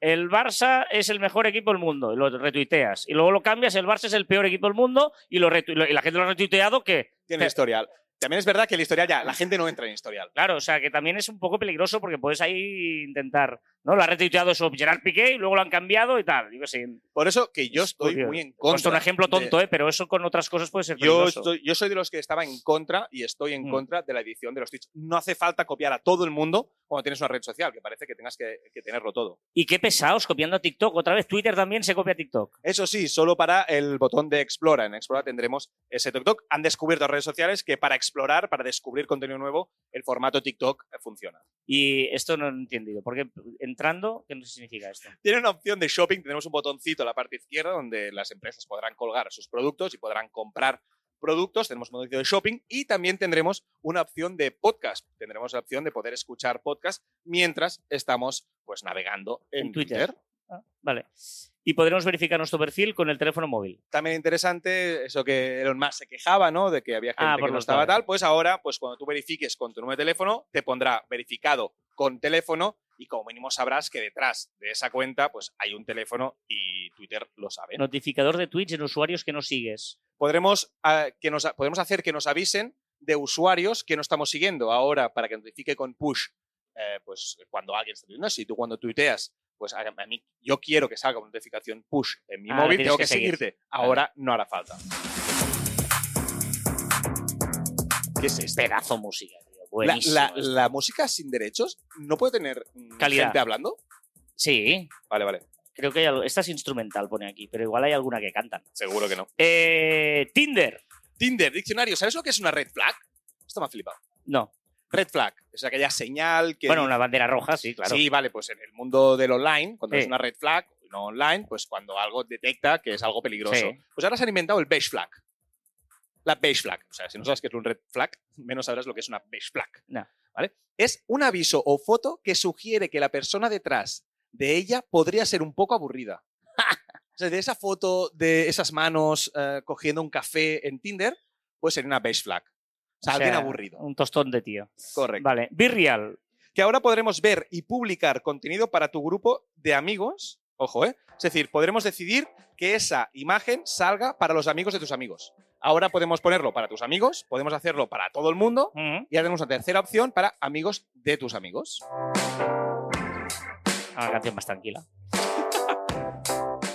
S3: el Barça es el mejor equipo del mundo y lo retuiteas. Y luego lo cambias, el Barça es el peor equipo del mundo y, lo retu- y lo- y la gente lo ha retuiteado que,
S4: Tiene el historial. También es verdad que el historial ya, la gente no entra en historial.
S3: claro, o sea, que también es un poco peligroso porque puedes ahí intentar, ¿no? Lo ha retuiteado eso Gerard Piqué y luego lo han cambiado y tal. Yo qué sé.
S4: Por eso que yo estoy
S3: Hostia,
S4: muy en contra.
S3: Puesto un ejemplo
S4: de-
S3: tonto, ¿eh? Pero eso con otras cosas puede ser [laughs]
S4: Yo,
S3: peligroso.
S4: estoy- yo soy de los que estaba en contra y estoy en
S3: Mm.
S4: contra de la edición de los tweets. No hace falta copiar a todo el mundo cuando tienes una red social, que parece que tengas que, que tenerlo todo.
S3: Y qué pesados copiando a TikTok. Otra vez Twitter también se copia a TikTok.
S4: Eso sí, solo para el botón de Explora. En Explora tendremos ese TikTok. Han descubierto redes sociales que para explorar, para descubrir contenido nuevo, el formato TikTok eh, funciona.
S3: Y esto no lo he entendido. Porque entrando, ¿qué no sé significa esto?
S4: Tiene una opción de shopping, tenemos un botoncito en la parte izquierda donde las empresas podrán colgar sus productos y podrán comprar productos, tenemos un botoncito de shopping y también tendremos una opción de podcast, tendremos la opción de poder escuchar podcast mientras estamos pues navegando en,
S3: En Twitter.
S4: Twitter.
S3: Ah, vale. Y podremos verificar nuestro perfil con el teléfono móvil.
S4: También interesante eso que Elon Musk se quejaba, ¿no? De que había gente
S3: Ah, por
S4: que no
S3: los
S4: estaba
S3: datos.
S4: tal, pues ahora pues cuando tú verifiques con tu número de teléfono te pondrá verificado con teléfono y como mínimo sabrás que detrás de esa cuenta pues hay un teléfono y Twitter lo sabe.
S3: Notificador de Twitch en usuarios que no sigues.
S4: podremos, ah, que nos, podemos hacer que nos avisen de usuarios que no estamos siguiendo ahora para que notifique con push eh, pues cuando alguien está tuiteando. Si tú cuando tuiteas, pues a, a mí, yo quiero que salga una notificación push en mi
S3: Ah,
S4: móvil,
S3: tienes
S4: tengo
S3: que
S4: que,
S3: seguir.
S4: seguirte. Ahora no hará falta. ¿Qué es esto?
S3: Pedazo música, tío.
S4: La,
S3: Buenísimo.
S4: la- la música sin derechos no puede tener mm,
S3: Calidad.
S4: gente hablando.
S3: Sí,
S4: Vale, vale.
S3: creo que hay algo. Esta es instrumental, pone aquí, pero igual hay alguna que cantan.
S4: Seguro que no.
S3: Eh, Tinder.
S4: Tinder, diccionario. ¿Sabes lo que es una red flag? Esto me ha flipado.
S3: No.
S4: Red flag es aquella señal que
S3: Bueno,
S4: dice-
S3: una bandera roja, sí, claro.
S4: Sí, vale, pues en el mundo del online, cuando
S3: Sí.
S4: es una red flag, y no online, pues cuando algo detecta que es algo peligroso.
S3: Sí.
S4: Pues ahora se han inventado el beige flag. La beige flag. O sea, si no sabes qué es un red flag, menos sabrás lo que es una beige flag.
S3: No.
S4: ¿Vale? Es un aviso o foto que sugiere que la persona detrás de ella podría ser un
S3: [laughs]
S4: poco aburrida. o sea, de esa foto de esas manos eh, cogiendo un café en Tinder, puede ser una beige flag. O sea,
S3: O
S4: alguien
S3: sea,
S4: aburrido.
S3: Un tostón de tío.
S4: Correcto.
S3: Vale, Virreal.
S4: que ahora podremos ver y publicar contenido para tu grupo de amigos. Ojo, ¿eh? Es decir, podremos decidir que esa imagen salga para los amigos de tus amigos. Ahora podemos ponerlo para tus amigos, podemos hacerlo para todo el mundo
S3: Mm,
S4: y ahora tenemos una tercera opción para amigos de tus amigos.
S3: Una canción más
S4: [laughs]
S3: tranquila.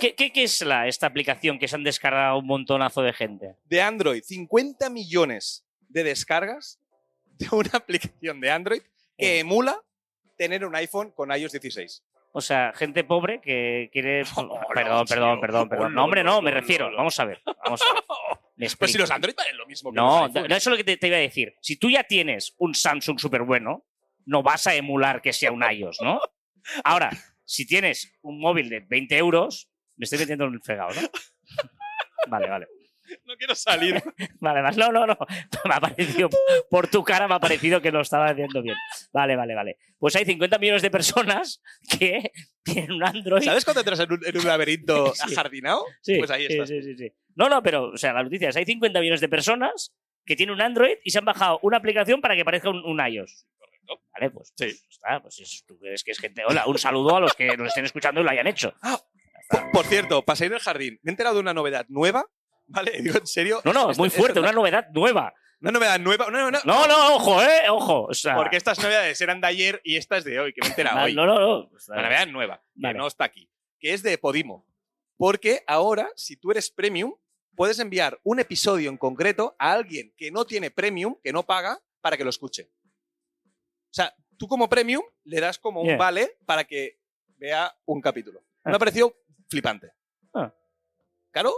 S3: ¿Qué, qué- qué es la, esta aplicación que se han descargado un montonazo de gente?
S4: De Android, 50 millones de descargas de [laughs] una aplicación de Android que
S3: Eh.
S4: emula tener un iPhone con iOS 16.
S3: O sea, gente pobre que
S4: [laughs]
S3: quiere.
S4: Hola,
S3: perdón,
S4: tío.
S3: perdón, perdón, perdón.
S4: Hola,
S3: No, hombre, no,
S4: hola,
S3: me
S4: hola,
S3: refiero.
S4: hola.
S3: Vamos a ver. Vamos a
S4: [laughs]
S3: ver. Me
S4: Pues si
S3: explico.
S4: los Android valen lo mismo que
S3: No,
S4: los
S3: no,
S4: iPhones.
S3: eso es lo que te, te iba a decir. Si tú ya tienes un Samsung súper bueno, no vas a emular que sea un iOS, ¿no? Ahora, si tienes un móvil de 20 euros, me estoy metiendo en el fregado, ¿no? [laughs] Vale, vale.
S4: no quiero salir.
S3: Vale, vale. No, no, [laughs] no. Me ha parecido, por tu cara me ha parecido que lo estaba haciendo bien. Vale, vale, vale. Pues hay 50 millones de personas que [laughs] tienen un Android.
S4: ¿Sabes cuando entras en un, en un laberinto
S3: [laughs] Sí.
S4: ajardinado?
S3: Sí,
S4: Pues ahí
S3: sí,
S4: estás.
S3: sí, sí, sí. No, no, pero, o sea, la noticia es, hay 50 millones de personas que tienen un Android y se han bajado una aplicación para que parezca un, un iOS. Correcto. Vale, pues,
S4: Sí.
S3: pues está, pues es- tú crees que es gente... Hola, un saludo a los que nos estén escuchando y lo hayan hecho.
S4: Por, por cierto, para salir del jardín, me he enterado de una novedad nueva. ¿Vale? Digo, en serio.
S3: No, no, es
S4: Esto-
S3: muy
S4: esto-
S3: fuerte, una novedad nueva.
S4: Una novedad nueva. No, no, no.
S3: No, no, ojo, eh, ojo. O sea,
S4: Porque estas novedades eran de ayer y esta es de hoy, que me he enterado
S3: no,
S4: hoy.
S3: no, no, no. O sea,
S4: Una novedad nueva, que
S3: Vale.
S4: no está aquí. Que es de Podimo. Porque ahora, si tú eres premium, puedes enviar un episodio en concreto a alguien que no tiene premium, que no paga, para que lo escuche. O sea, tú como premium le das como un
S3: Yeah.
S4: vale para que vea un capítulo. Me
S3: Ah.
S4: ha parecido flipante.
S3: Ah.
S4: Claro,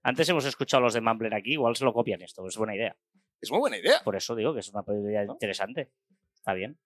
S3: Antes hemos escuchado a los de Mumbler aquí, igual se lo copian esto, es buena idea.
S4: es muy buena idea.
S3: Por eso digo que es una idea interesante. Está bien.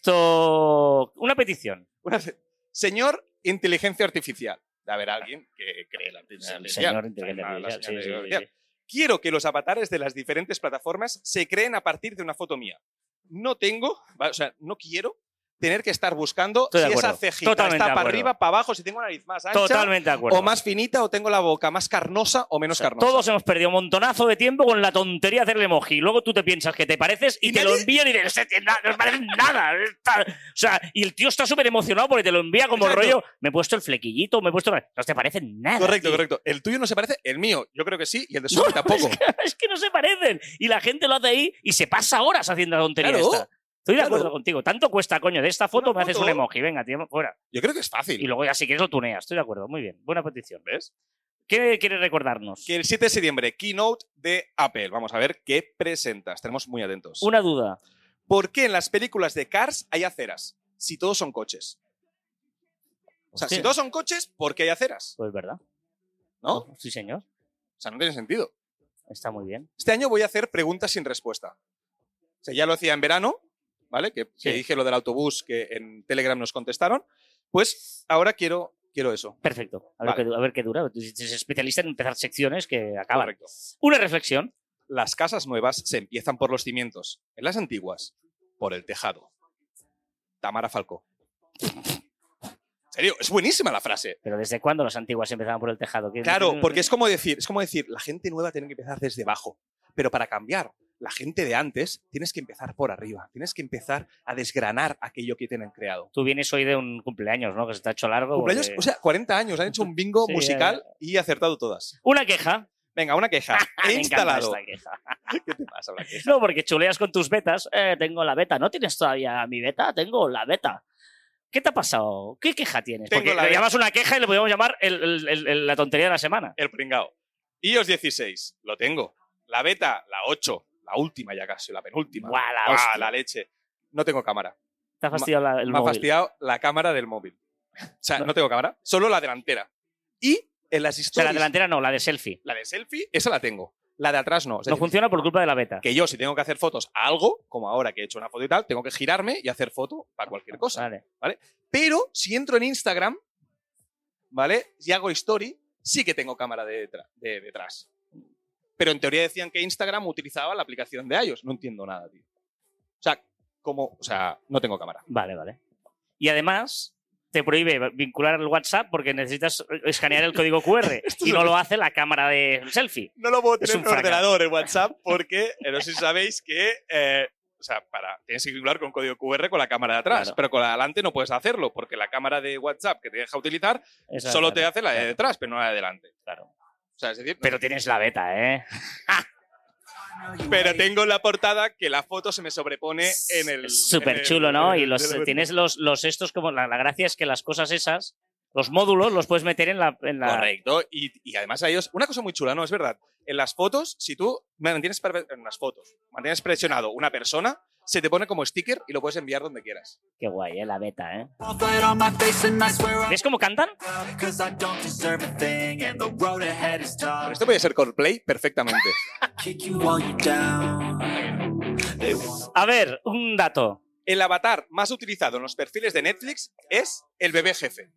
S3: Esto... Una petición.
S4: Una se- [laughs] Señor Inteligencia Artificial. De haber alguien que cree la
S3: El
S4: inteligencia artificial.
S3: señor
S4: O sea,
S3: inteligente
S4: la- la
S3: artificial, sí,
S4: señora
S3: sí, sí,
S4: artificial.
S3: sí.
S4: Quiero que los avatares de las diferentes plataformas se creen a partir de una foto mía. No tengo, va- o sea, no quiero tener que estar buscando
S3: Estoy de
S4: si esa
S3: acuerdo.
S4: cejita
S3: Totalmente de
S4: está para
S3: acuerdo.
S4: arriba, para abajo, si tengo una nariz más ancha
S3: Totalmente de acuerdo.
S4: o más finita o tengo la boca más carnosa o
S3: O
S4: menos
S3: sea,
S4: carnosa.
S3: Todos hemos perdido un montonazo de tiempo con la tontería de hacerle emoji. Y Luego tú te piensas que te pareces y,
S4: ¿Y
S3: te lo
S4: nadie?
S3: envían y dices, "Se te- na- no parece nada. Está- O sea, y el tío está súper emocionado porque te lo envía como
S4: Exacto.
S3: rollo. Me he puesto el flequillito, me he puesto. No te parece nada.
S4: Correcto,
S3: tío".
S4: correcto. El tuyo no se parece, el mío yo creo que sí y el
S3: [laughs]
S4: de su
S3: No,
S4: tampoco.
S3: Es que, [laughs] es que no se parecen. Y la gente lo hace ahí y se pasa horas haciendo la tontería
S4: Claro,
S3: esta. Estoy de
S4: claro.
S3: acuerdo contigo. Tanto cuesta, coño. De esta foto
S4: Una
S3: me haces un
S4: foto.
S3: emoji. Venga, tío, fuera.
S4: Yo creo que es fácil.
S3: Y luego ya si quieres lo tuneas. Estoy de acuerdo. Muy bien. Buena petición.
S4: ¿Ves?
S3: ¿Qué quieres recordarnos?
S4: que el 7 de septiembre, keynote de Apple. Vamos a ver qué presentas. Estaremos muy atentos.
S3: Una duda.
S4: ¿Por qué en las películas de Cars hay aceras? Si todos son coches. O sea, si
S3: Hostia.
S4: todos son coches, ¿por qué hay aceras?
S3: Pues verdad.
S4: ¿No? O
S3: Pues, Sí, señor.
S4: sea, no tiene sentido.
S3: Está muy bien.
S4: Este año voy a hacer preguntas sin respuesta. O sea, ya lo hacía en verano, ¿vale? Que, que
S3: Sí.
S4: dije lo del autobús que en Telegram nos contestaron. Pues ahora quiero, quiero eso.
S3: Perfecto. A ver,
S4: Vale.
S3: qué, a ver qué dura. Tú eres especialista en empezar secciones que acaban.
S4: Correcto.
S3: Una reflexión.
S4: Las casas nuevas se empiezan por los cimientos. En las antiguas, por el tejado. Tamara Falcó. En serio, es buenísima la frase.
S3: Pero ¿desde cuándo las antiguas empezaban por el tejado? ¿Qué-
S4: Claro,
S3: qué-
S4: porque es como decir, es como decir, la gente nueva tiene que empezar desde abajo. Pero para cambiar la gente de antes, tienes que empezar por arriba. Tienes que empezar a desgranar aquello que tienen creado.
S3: Tú vienes hoy de un cumpleaños, ¿no? Que se te ha hecho largo. pues, eh,
S4: Cumpleaños,
S3: porque-
S4: o sea, 40 años, han hecho un bingo
S3: [laughs] Sí,
S4: musical y acertado todas.
S3: Una queja. Ah,
S4: Venga, una queja.
S3: [laughs] Me
S4: He
S3: encanta
S4: instalado.
S3: esta queja.
S4: ¿Qué te pasa, Blanqués?
S3: No, porque chuleas con tus betas. Eh, tengo la beta. ¿No tienes todavía mi beta? Tengo la beta. ¿Qué te ha pasado? ¿Qué queja tienes?
S4: Tengo
S3: Porque
S4: la
S3: le
S4: beta.
S3: llamas una queja y le podemos llamar el- el- el- el- la tontería de la semana.
S4: El pringao. iOS 16, lo tengo. La beta, la 8, la última ya casi, la penúltima.
S3: Guau, la
S4: Guau,
S3: hostia.
S4: la leche. No tengo cámara.
S3: Te ha fastidiado la- el
S4: me ha
S3: móvil.
S4: fastidiado la cámara del móvil. O sea, no, tengo cámara, solo la delantera. Y en las
S3: O sea,
S4: historias.
S3: la delantera no, la de selfie.
S4: la de selfie, esa la tengo. La de atrás no. Es
S3: No
S4: decir,
S3: funciona por culpa de la beta.
S4: que yo, si tengo que hacer fotos a algo, como ahora que he hecho una foto y tal, tengo que girarme y hacer foto para cualquier cosa.
S3: Vale.
S4: Pero si entro en Instagram, ¿vale? Y hago story, sí que tengo cámara de detra- de detrás. Pero en teoría decían que Instagram utilizaba la aplicación de iOS. No entiendo nada, tío. O sea, como, o sea, no tengo cámara.
S3: Vale, vale. Y además te prohíbe vincular el WhatsApp porque necesitas escanear el código
S4: [laughs]
S3: QR y no lo hace la cámara de selfie.
S4: No lo puedo
S3: Es
S4: tener en
S3: un
S4: el
S3: fracaso. [laughs]
S4: ordenador, en WhatsApp, porque eh, no sé si sabéis que, eh, o sea, para, tienes que vincular con código QR con la cámara de atrás,
S3: Claro.
S4: pero con la de adelante no puedes hacerlo, porque la cámara de WhatsApp que te deja utilizar
S3: Esa-
S4: solo te hace la de
S3: claro,
S4: detrás, pero no la de adelante.
S3: claro.
S4: O sea, es decir,
S3: Pero tienes la beta, ¿eh?
S4: [laughs] Pero tengo en la portada que la foto se me sobrepone Eh, en el.
S3: Súper
S4: en
S3: chulo,
S4: el-
S3: ¿no?
S4: en el-
S3: Y los, eh,
S4: en el-
S3: tienes los, los estos como... La, la gracia es que las cosas esas, los módulos, los puedes meter en la... en la-
S4: Correcto. Y, y además a ellos, una cosa muy chula, ¿no? Es verdad. En las fotos, si tú mantienes, pre- en las fotos, mantienes presionado una persona, se te pone como sticker y lo puedes enviar donde quieras.
S3: Qué guay, ¿eh? La beta, ¿eh?
S5: Blood on my face and I swear I'm
S3: ¿Ves cómo cantan?
S5: Cause I don't deserve a thing and the road ahead is
S4: Pero
S5: tough
S4: esto puede ser Coldplay perfectamente.
S5: Kick you while you're down They wanna
S3: A ver, un dato.
S4: El avatar más utilizado en los perfiles de Netflix es el bebé jefe.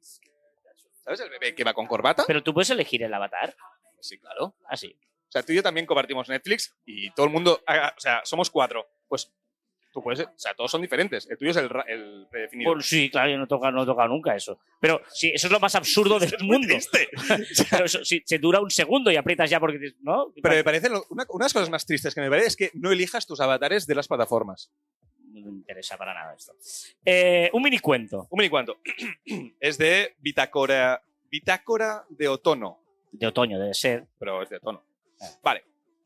S4: ¿Sabes el bebé que va con corbata?
S3: Pero tú puedes elegir el avatar.
S4: Sí, claro.
S3: Así.
S4: O sea, tú y yo también compartimos Netflix y todo el mundo, haga- o sea, somos cuatro. Pues tú puedes, o sea, todos son diferentes. El tuyo es el, ra- el predefinido.
S3: Pues sí, claro, yo no he tocado, no he tocado nunca eso. Pero sí, eso es lo más
S4: [laughs]
S3: absurdo del mundo.
S4: Triste.
S3: Pero eso, si, se dura un segundo y aprietas ya porque dices, ¿no?
S4: Pero me parece, lo- una, una de las cosas más tristes que me parece es que no elijas tus avatares de las plataformas.
S3: No me interesa para nada esto. Eh, un mini cuento
S4: Un mini cuanto. [clears throat] es de Bitácora, Bitácora de Otono,
S3: de otoño, debe ser.
S4: pero es de otono.
S3: Ah.
S4: Vale.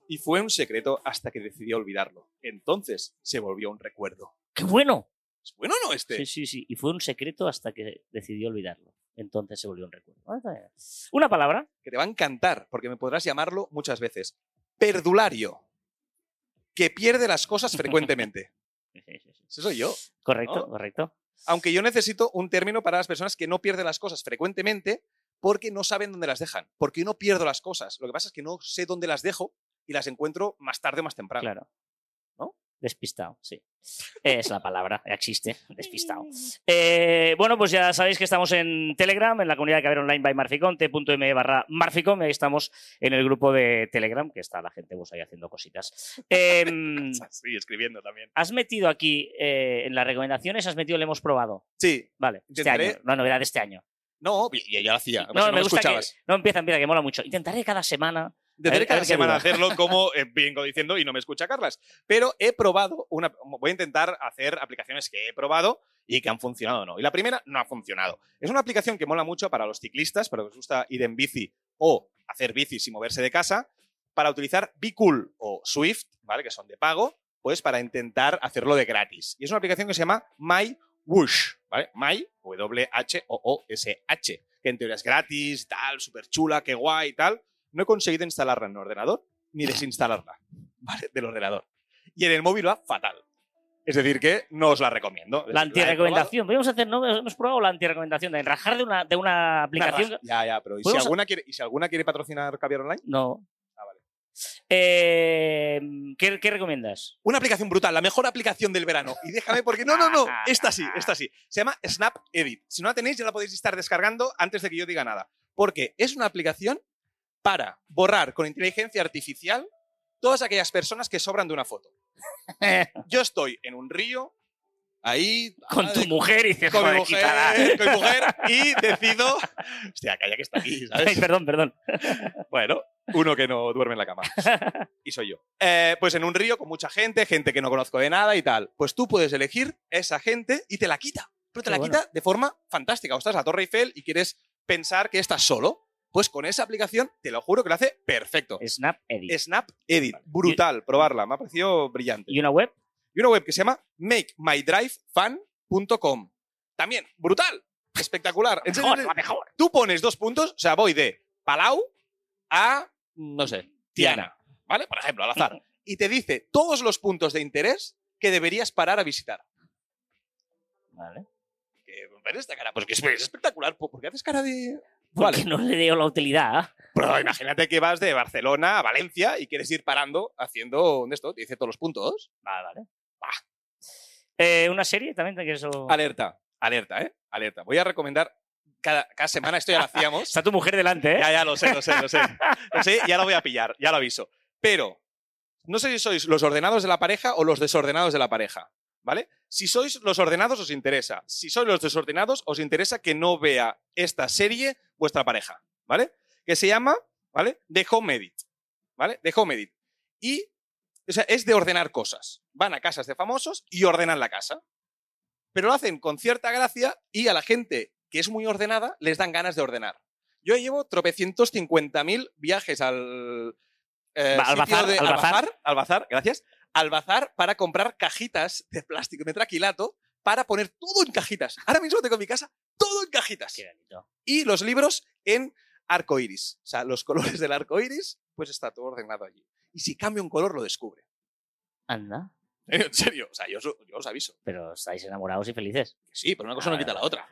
S4: Y fue un secreto hasta que decidió olvidarlo. Entonces se volvió un recuerdo.
S3: ¡Qué bueno!
S4: ¿Es bueno o no este?
S3: Sí, sí, sí. Y fue un secreto hasta que decidió olvidarlo. Entonces se volvió un recuerdo. Ah, está bien. Una palabra.
S4: que te va a encantar, porque me podrás llamarlo muchas veces. Perdulario. Que pierde las cosas
S3: [laughs]
S4: frecuentemente. Eso soy yo.
S3: Correcto,
S4: ¿No?
S3: correcto.
S4: Aunque yo necesito un término para las personas que no pierden las cosas frecuentemente porque no saben dónde las dejan. Porque yo no pierdo las cosas. Lo que pasa es que no sé dónde las dejo y las encuentro más tarde o más temprano. [laughs]
S3: Claro.
S4: ¿No?
S3: Despistado, sí. Es la palabra, ya existe, despistado. Eh, bueno, pues ya sabéis que estamos en Telegram, en la comunidad de Caber Online by Marficom, t.me barra Marficom, y ahí estamos en el grupo de Telegram, que está la gente pues, ahí haciendo cositas.
S4: [laughs]
S3: Em,
S4: Sí, escribiendo también.
S3: has metido aquí, eh, en las recomendaciones, has metido, le hemos probado.
S4: Sí.
S3: Vale, este
S4: Intentaré.
S3: año, la novedad de este año.
S4: No, y ya lo hacía. Pues
S3: No,
S4: No, no me,
S3: gusta que-
S4: escuchabas.
S3: no, empieza, empieza, que mola mucho. Intentaré cada semana.
S4: de
S3: A ver- a
S4: tener cada
S3: ver qué
S4: semana
S3: dura.
S4: hacerlo como eh, vengo diciendo y no me escucha Carlas. Pero he probado, una, voy a intentar hacer aplicaciones que he probado y que han funcionado o no. Y la primera no ha funcionado. Es una aplicación que mola mucho para los ciclistas, para los que os gusta ir en bici o hacer bici sin moverse de casa, para utilizar Bicool o Swift, ¿vale? que son de pago, pues para intentar hacerlo de gratis. Y es una aplicación que se llama My Whoosh, ¿vale? My, W-H-O-O-S-H, que en teoría es gratis, tal, súper chula, qué guay, tal no he conseguido instalarla en el ordenador ni desinstalarla [laughs] ¿vale? del ordenador. Y en el móvil va fatal. Es decir, que no os la recomiendo.
S3: La antirecomendación. Podríamos hacer, ¿no? Hemos probado la antirecomendación, de rajar de una, de una aplicación.
S4: aplicación. Ya, ya, pero ¿y si,
S3: ¿Podemos-
S4: alguna quiere, ¿y si alguna quiere patrocinar Caviar Online?
S3: No.
S4: Ah, vale.
S3: Eh, ¿qué, qué
S4: [laughs]
S3: recomiendas?
S4: Una aplicación brutal, la mejor aplicación del verano. Y déjame porque. No, no, no. Esta sí, esta sí. Se llama Snap Edit. Si no la tenéis, ya la podéis estar descargando antes de que yo diga nada. Porque es una aplicación para borrar con inteligencia artificial todas aquellas personas que sobran de una foto. Yo estoy en un río, ahí.
S3: Con tu
S4: de-
S3: mujer y dices,
S4: con mi
S3: joder, quítala. [laughs]
S4: mujer, con mi mujer, y decido. Hostia, calla que está aquí,
S3: Ay,
S4: ¿sabes?
S3: perdón, perdón.
S4: [laughs] Bueno, uno que no duerme en
S3: [laughs]
S4: la cama. Y soy yo. Eh, pues en un río con mucha gente, gente que no conozco de nada y tal. Pues tú puedes elegir esa gente y te la quita. Pero te
S3: Qué
S4: la
S3: bueno.
S4: quita de forma fantástica. O estás a Torre Eiffel y quieres pensar que estás solo. Pues con esa aplicación, te lo juro que lo hace perfecto.
S3: Snap Edit.
S4: Snap Edit. Brutal, probarla. Me ha parecido brillante
S3: ¿Y una web?
S4: y una web que se llama makemydrivefun.com. También, brutal,
S3: [laughs]
S4: espectacular. En serio,
S3: Mejor, la mejor.
S4: tú pones dos puntos, o sea, voy de Palau a, no sé, Tiana, ¿vale? Por ejemplo, al
S3: [laughs]
S4: azar. Y te dice todos los puntos de interés que deberías parar a visitar.
S3: Vale.
S4: Que me parece esta cara, pues que es es espectacular. ¿Por por qué haces cara de...?
S3: Porque
S4: Vale,
S3: no le dio la utilidad. ¿eh?
S4: pero imagínate que vas de Barcelona a Valencia y quieres ir parando haciendo un de esto, te dice todos los puntos.
S3: Vale, vale. Eh, ¿Una serie también te quieres o-
S4: Alerta, alerta, ¿eh? Alerta. Voy a recomendar cada, cada semana esto ya lo [laughs] hacíamos.
S3: Está tu mujer delante, ¿eh?
S4: Ya, ya, lo sé, lo sé, lo sé. Lo sé, ya lo voy a pillar, ya lo aviso. Pero, no sé si sois los ordenados de la pareja o los desordenados de la pareja, ¿vale? Si sois los ordenados, os interesa. Si sois los desordenados, os interesa que no vea esta serie vuestra pareja, ¿vale? Que se llama, ¿vale? The Home Edit, ¿vale? The Home Edit. Y, o sea, es de ordenar cosas. Van a casas de famosos y ordenan la casa. Pero lo hacen con cierta gracia y a la gente que es muy ordenada les dan ganas de ordenar. Yo llevo tropecientos cincuenta mil viajes al. eh,
S3: Va, al
S4: sitio
S3: bazar, al bazar.
S4: al bazar, gracias. Al bazar para comprar cajitas de plástico, de traquilato, para poner todo en cajitas. Ahora mismo tengo en mi casa todo en cajitas.
S3: Qué bonito.
S4: Y los libros en arco iris. O sea, los colores del arco iris, pues está todo ordenado allí. Y si cambia un color, lo descubre. [laughs]
S3: Anda.
S4: En serio, o sea, yo, os- yo os aviso.
S3: Pero estáis enamorados y felices.
S4: Que Sí, pero una cosa no quita la otra.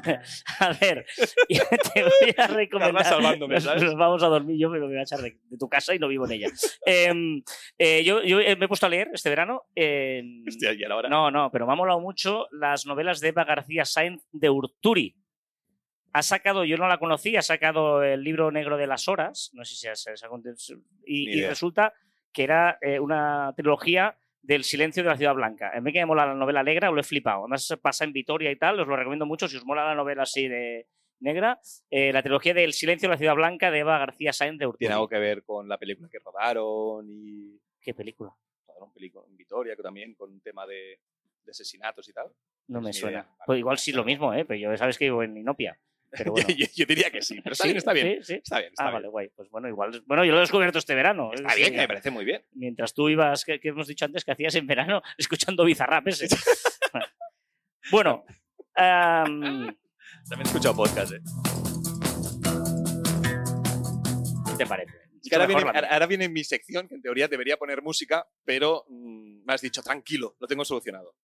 S3: [laughs] A ver, yo te voy a recomendar.
S4: Carla salvándome,
S3: Nos-
S4: ¿sabes?
S3: nos vamos a dormir, yo me voy a echar de, de tu casa y no vivo en ella. Em, eh, yo yo, eh, me he puesto a leer este verano. em,
S4: [laughs] Hostia, y a la hora.
S3: no, no, pero me ha molado mucho las novelas de Eva García Sáenz de Urturi. Ha sacado, yo no la conocí, ha sacado el libro negro de las horas, no sé si se ha
S4: Ni
S3: y, y
S4: idea.
S3: resulta que era eh, una trilogía del silencio de la ciudad blanca. En vez que me mola la novela negra, os lo he flipado. Además se pasa en Vitoria y tal, os lo recomiendo mucho si os mola la novela así de negra, eh, la trilogía del silencio de la ciudad blanca de Eva García Sáenz de Urturi.
S4: Tiene algo que ver con la película que rodaron y
S3: Qué película,
S4: rodaron película en Vitoria, que también con un tema de, de asesinatos y [laughs] tal.
S3: no me
S4: Ni
S3: suena.
S4: idea.
S3: Pues igual sí lo mismo, ¿eh? pero yo sabes que vivo en Inopia. Pero bueno.
S4: [laughs] yo, yo diría que sí, pero está
S3: Sí,
S4: bien, está bien.
S3: sí, sí.
S4: Está bien, está
S3: Ah,
S4: bien.
S3: vale, guay. Pues bueno, igual. Bueno, yo lo he descubierto este verano.
S4: Está bien, me parece muy bien.
S3: Mientras tú ibas, que, que hemos dicho antes que hacías en verano, [laughs] escuchando bizarrap
S4: [laughs]
S3: ese. bueno. em, am,
S4: También he escuchado podcast, eh.
S3: ¿Qué te parece?
S4: Es que ahora,
S3: Mucho
S4: viene,
S3: mejor la
S4: ahora- ahora viene mi sección, que en teoría debería poner música, pero mm, me has dicho, tranquilo, lo tengo solucionado.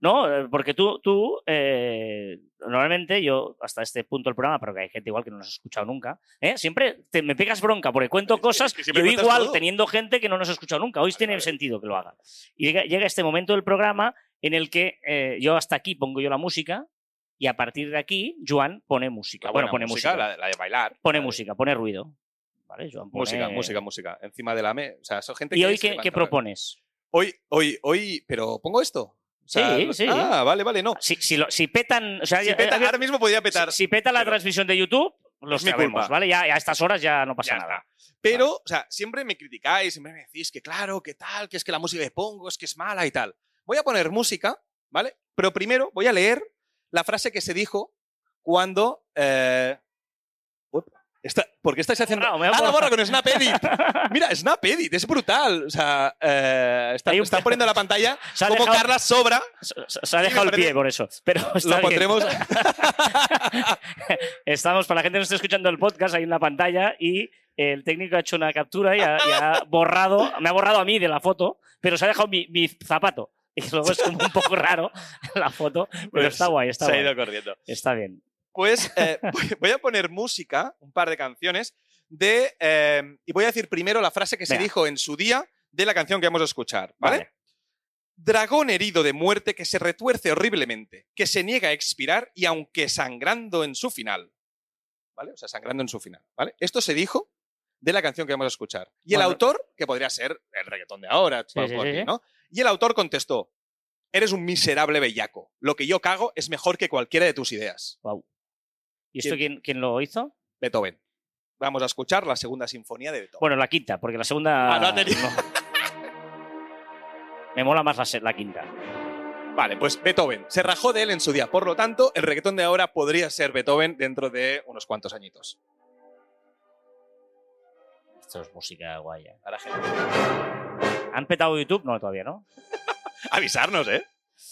S3: No, eh, porque tú, tú eh, normalmente yo, hasta este punto del programa, pero que hay gente igual que no nos ha escuchado nunca, ¿eh? siempre te- me pegas bronca porque cuento
S4: Es que-
S3: cosas
S4: es que
S3: yo
S4: siempre cuentas
S3: igual
S4: todo.
S3: teniendo gente que no nos ha escuchado nunca. Hoy tiene
S4: vale.
S3: sentido que lo haga. Y llega, llega este momento del programa en el que eh, yo hasta aquí pongo yo la música y a partir de aquí Joan pone música.
S4: La
S3: bueno, pone
S4: buena
S3: música.
S4: La, la de bailar.
S3: Pone
S4: la de-
S3: música, pone ruido. ¿Vale? Joan pone...
S4: Música, música, música. Encima de la me. O sea, son gente
S3: ¿Y
S4: que
S3: hoy
S4: se
S3: qué,
S4: levanta
S3: qué
S4: ahora.
S3: propones?
S4: Hoy, hoy, hoy, pero pongo esto. O sea,
S3: Sí,
S4: lo-
S3: sí.
S4: Ah, vale, vale, no.
S3: Si, si lo- si petan... o sea,
S4: Si
S3: ya-
S4: peta-
S3: eh,
S4: ahora mismo podría petar.
S3: Si, si peta la
S4: pero-
S3: transmisión de YouTube, los
S4: Es mi
S3: sabemos,
S4: culpa.
S3: ¿vale? Ya, ya a estas horas ya no pasa
S4: Ya
S3: nada.
S4: Pero, o sea, siempre me criticáis, siempre me decís que claro, que tal, que es que la música que pongo es que es mala y tal. Voy a poner música, ¿vale? Pero primero voy a leer la frase que se dijo cuando... eh, uep, esta- ¿Por qué estáis haciendo...?
S3: borrado, me he
S4: ¡Ah, la borra
S3: borrado.
S4: con Snap Edit!
S3: [laughs]
S4: Mira, Snap Edit, es brutal. O sea, eh, está,
S3: Hay un- [laughs]
S4: está poniendo en la pantalla
S3: Se ha
S4: como
S3: dejado-
S4: Carla sobra.
S3: Se, se- se ha
S4: Sí, me
S3: dejado el pie
S4: parece-
S3: por eso. Pero está
S4: lo
S3: bien.
S4: pondremos...
S3: Estamos, para la gente que no está escuchando el podcast, hay una pantalla y el técnico ha hecho una captura y ha, y
S4: [laughs]
S3: ha borrado, me ha borrado a mí de la foto, pero se ha dejado mi, mi zapato. Y luego es como un
S4: [laughs]
S3: poco raro la foto, pero
S4: Pues,
S3: está guay, está
S4: se ha
S3: guay.
S4: ido corriendo.
S3: Está bien.
S4: Pues
S3: [laughs]
S4: eh, voy- voy a poner música, un par de canciones, de. eh, y voy a decir primero la frase que se
S3: Venga.
S4: dijo en su día de la canción que vamos a escuchar, ¿vale?
S3: Vale.
S4: Dragón herido de muerte que se retuerce horriblemente, que se niega a expirar y aunque sangrando en su final. ¿Vale? O sea, sangrando en su final, ¿vale? Esto se dijo de la canción que vamos a escuchar. Y el
S3: Bueno.
S4: autor, que podría ser el reggaetón de ahora,
S3: Sí, sí,
S4: por
S3: sí,
S4: aquí,
S3: sí.
S4: ¿no? Y el autor contestó, eres un miserable bellaco. Lo que yo cago es mejor que cualquiera de tus ideas.
S3: ¿Y esto quién, quién lo hizo?
S4: Beethoven. Vamos a escuchar la segunda sinfonía de Beethoven.
S3: Bueno, la quinta, porque la segunda.
S4: Ah, no ha tenido- [laughs]
S3: Me mola más la, se- la quinta.
S4: Vale, pues Beethoven. Se rajó de él en su día. Por lo tanto, el reggaetón de ahora podría ser Beethoven dentro de unos cuantos añitos.
S3: Esto es música guay. ¿eh?
S4: Ahora, gente,
S3: ¿Han petado YouTube? No, todavía no. [laughs]
S4: avisarnos, ¿eh?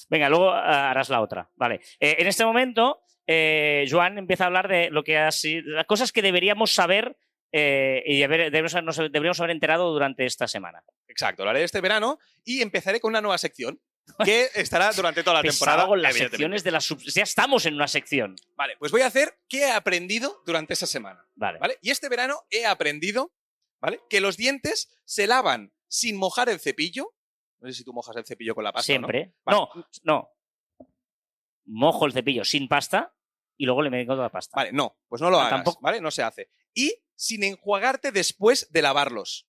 S3: Venga, luego ah, harás la otra. Vale. Eh, en este momento, eh, Joan empieza a hablar de lo que ha sido, las cosas que deberíamos saber eh, y haber- deberíamos, nos deberíamos haber enterado durante esta semana.
S4: Exacto, lo haré este verano y empezaré con una nueva sección
S3: [laughs]
S4: que estará durante toda la
S3: Pensaba
S4: temporada.
S3: con las
S4: evidentemente.
S3: secciones de las sub- Ya estamos en una sección.
S4: Vale, pues voy a hacer qué he aprendido durante esa semana.
S3: Vale.
S4: ¿vale? Y este verano he aprendido, ¿vale? Que los dientes se lavan sin mojar el cepillo. No sé si tú mojas el cepillo con la pasta. ¿no?
S3: Siempre.
S4: Vale.
S3: No, no. mojo el cepillo sin pasta y luego le meto toda la pasta.
S4: Vale, no, pues no lo
S3: Ah,
S4: hagas,
S3: tampoco.
S4: ¿vale? No se hace. Y sin enjuagarte después de lavarlos.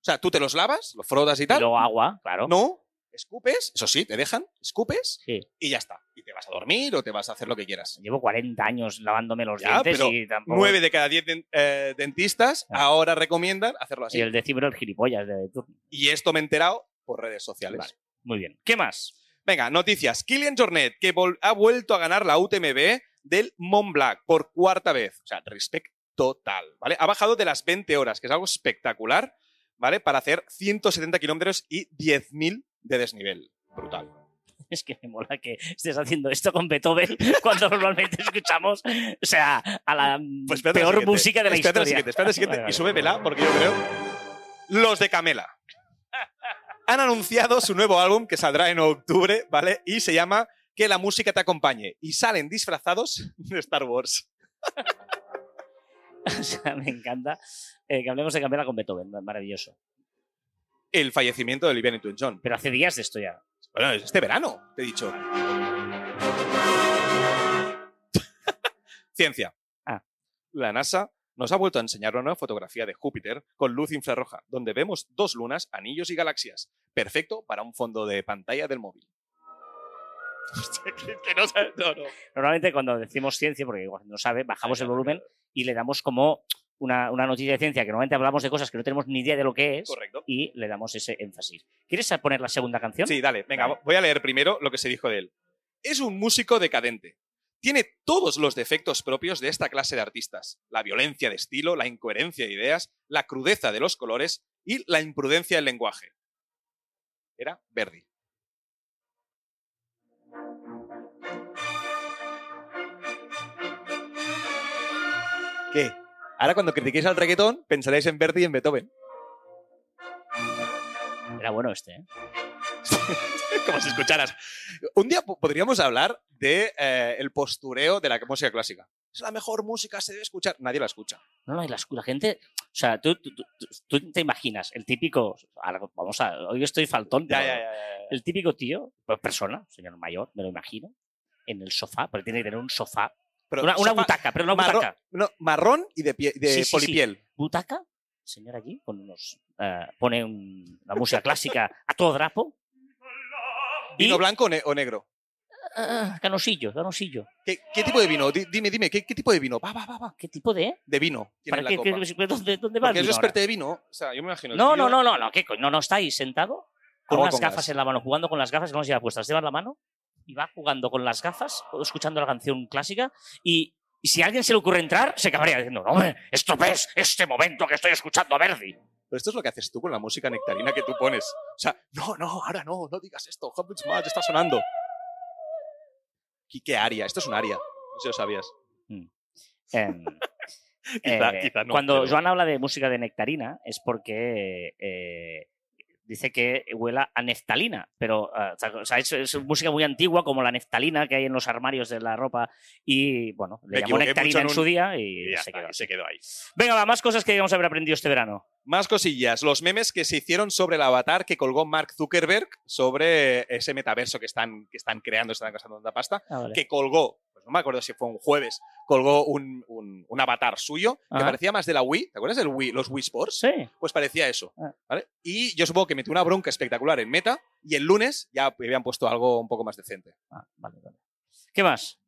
S4: O sea, tú te los lavas, los frotas y
S3: Y
S4: tal.
S3: luego agua, claro.
S4: No, escupes, eso sí, te dejan, escupes
S3: Sí.
S4: y ya está. Y te vas a dormir o te vas a hacer lo que quieras.
S3: Llevo 40 años lavándome los
S4: Ya,
S3: dientes
S4: pero
S3: y tampoco.
S4: Nueve de cada diez den- eh, dentistas
S3: Ah.
S4: ahora recomiendan hacerlo así.
S3: Y el decibel el gilipollas de turno.
S4: Y esto me he enterado por redes sociales.
S3: Vale. Muy bien. ¿Qué más? [laughs]
S4: Venga, noticias. Kylian Jornet, que vol- ha vuelto a ganar la UTMB del Mont Blanc por cuarta vez. O sea, respect total, ¿vale? Ha bajado de las 20 horas, que es algo espectacular, ¿vale? Para hacer 170 kilómetros y 10.000 de desnivel. Brutal.
S3: Es que me mola que estés haciendo esto con Beethoven [laughs] cuando normalmente escuchamos, o sea, a la mm,
S4: Pues espérate al
S3: peor
S4: siguiente.
S3: música de la
S4: Espérate al
S3: historia.
S4: siguiente, espérate al
S3: [laughs]
S4: siguiente.
S3: Vale,
S4: Y
S3: vale.
S4: súbemela, porque yo creo. Los de Camela. Han anunciado su nuevo álbum que saldrá en octubre, ¿vale? Y se llama Que la música te acompañe. Y salen disfrazados de Star Wars.
S3: O sea, me encanta eh, que hablemos de Camela con Beethoven, maravilloso.
S4: El fallecimiento de Olivia Newton-John.
S3: Pero hace días de esto ya.
S4: Bueno, es este verano, te he dicho. Ciencia.
S3: Ah.
S4: La NASA nos ha vuelto a enseñar una nueva fotografía de Júpiter con luz infrarroja, donde vemos dos lunas, anillos y galaxias. Perfecto para un fondo de pantalla del móvil. [laughs] Hostia, que- que no sabe- no, no.
S3: Normalmente cuando decimos ciencia, porque igual no sabe, bajamos el volumen y le damos como una, una noticia de ciencia, que normalmente hablamos de cosas que no tenemos ni idea de lo que es,
S4: Correcto.
S3: y le damos ese énfasis. ¿Quieres poner la segunda canción?
S4: Sí, dale, venga,
S3: Vale.
S4: voy a leer primero lo que se dijo de él. Es un músico decadente. Tiene todos los defectos propios de esta clase de artistas. La violencia de estilo, la incoherencia de ideas, la crudeza de los colores y la imprudencia del lenguaje. Era Verdi. ¿Qué? Ahora cuando critiquéis al reggaetón, pensaréis en Verdi y en Beethoven.
S3: Era bueno este, ¿eh?
S4: como si escucharas. Un día po- podríamos hablar de eh, el postureo de la música clásica. Es la mejor música, se debe escuchar. Nadie la escucha.
S3: No, no, y la, escu- la gente. O sea, tú, tú- tú- tú te imaginas el típico. ahora Vamos a. Hoy estoy faltón. pero El típico tío, pues, persona, señor mayor, me lo imagino, en el sofá, porque tiene que tener un sofá.
S4: Pero
S3: una, una
S4: sofá
S3: butaca, pero una
S4: marrón,
S3: butaca.
S4: no, marrón y de, pie- de
S3: Sí, sí, sí.
S4: polipiel.
S3: Butaca, señor allí, con unos. eh, pone un- una música clásica a todo drapo. Y.
S4: ¿Vino blanco o, ne- o negro?
S3: ah, canosillo, canosillo.
S4: ¿Qué, qué tipo de vino? Di- Dime, dime, ¿qué, qué tipo de vino? Va, va, va, va.
S3: ¿Qué tipo de.? eh?
S4: De vino. Tiene
S3: ¿Para
S4: la
S3: qué,
S4: copa.
S3: qué- qué- dónde, dónde va el
S4: Porque es
S3: vino ahora?
S4: experto de vino. O sea, yo me imagino. el
S3: No,
S4: tío-
S3: no, no, no, no, ¿qué coño? No, no, está ahí sentado con
S4: Agua
S3: unas
S4: con
S3: gafas
S4: gas.
S3: en la mano, jugando con las gafas que no se lleva puestas. Lleva en la mano y va jugando con las gafas, escuchando la canción clásica y, y si a alguien se le ocurre entrar, se cabría diciendo, no, hombre, esto es este momento que estoy escuchando a Verdi.
S4: Pero esto es lo que haces tú con la música nectarina que tú pones. O sea, no, no, ahora no, no digas esto. How much más está sonando. ¿Qué, qué aria? Esto es un aria. No sé si lo sabías.
S3: Em,
S4: [laughs] Quizá-
S3: eh,
S4: quizá no,
S3: cuando
S4: pero-
S3: Joan habla de música de nectarina es porque eh, dice que huela a neftalina, pero ah, o sea, es, es música muy antigua como la neftalina que hay en los armarios de la ropa y bueno,
S4: Me
S3: le llamó
S4: equivoqué mucho
S3: nectarina
S4: en
S3: en,
S4: un-
S3: su día y,
S4: Y ya
S3: se
S4: está,
S3: quedó.
S4: y se quedó ahí.
S3: Venga, va, más cosas que debíamos haber aprendido este verano.
S4: Más cosillas. Los memes que se hicieron sobre el avatar que colgó Mark Zuckerberg sobre ese metaverso que están, que están creando, están gastando tanta pasta, que colgó, pues no me acuerdo si fue un jueves, colgó un, un- un avatar suyo que
S3: Ajá.
S4: parecía más de la Wii. ¿Te acuerdas del Wii, los Wii Sports?
S3: Sí.
S4: Pues parecía eso.
S3: Ah.
S4: ¿vale? Y yo supongo que metió una bronca espectacular en Meta y el lunes ya habían puesto algo un poco más decente.
S3: Ah, vale, vale. ¿Qué más?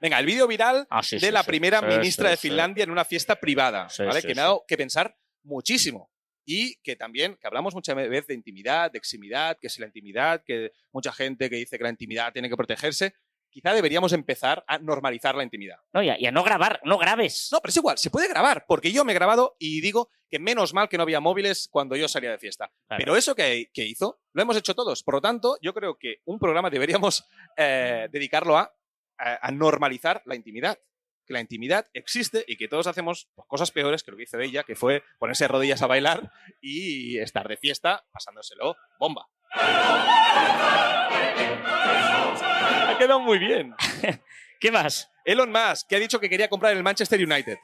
S4: Venga, el vídeo viral
S3: Ah, sí,
S4: de
S3: sí,
S4: la
S3: sí.
S4: primera
S3: Sí,
S4: ministra
S3: sí,
S4: de
S3: sí.
S4: Finlandia en una fiesta privada,
S3: Sí,
S4: ¿vale?
S3: sí,
S4: que me ha
S3: sí.
S4: dado que pensar muchísimo. Y que también, que hablamos muchas veces de intimidad, de eximidad, que es la intimidad, que mucha gente que dice que la intimidad tiene que protegerse, quizá deberíamos empezar a normalizar la intimidad.
S3: No, y a, y a no grabar, no grabes.
S4: No, pero es igual, se puede grabar, porque yo me he grabado y digo que menos mal que no había móviles cuando yo salía de fiesta.
S3: Claro.
S4: Pero eso que, que hizo, lo hemos hecho todos. Por lo tanto, yo creo que un programa deberíamos eh, dedicarlo a, a- a normalizar la intimidad. Que la intimidad existe y que todos hacemos pues, cosas peores que lo que hizo ella, que fue ponerse de rodillas a bailar y estar de fiesta pasándoselo bomba. Ha quedado muy bien.
S3: ¿Qué más?
S4: Elon Musk, que ha dicho que quería comprar el Manchester United.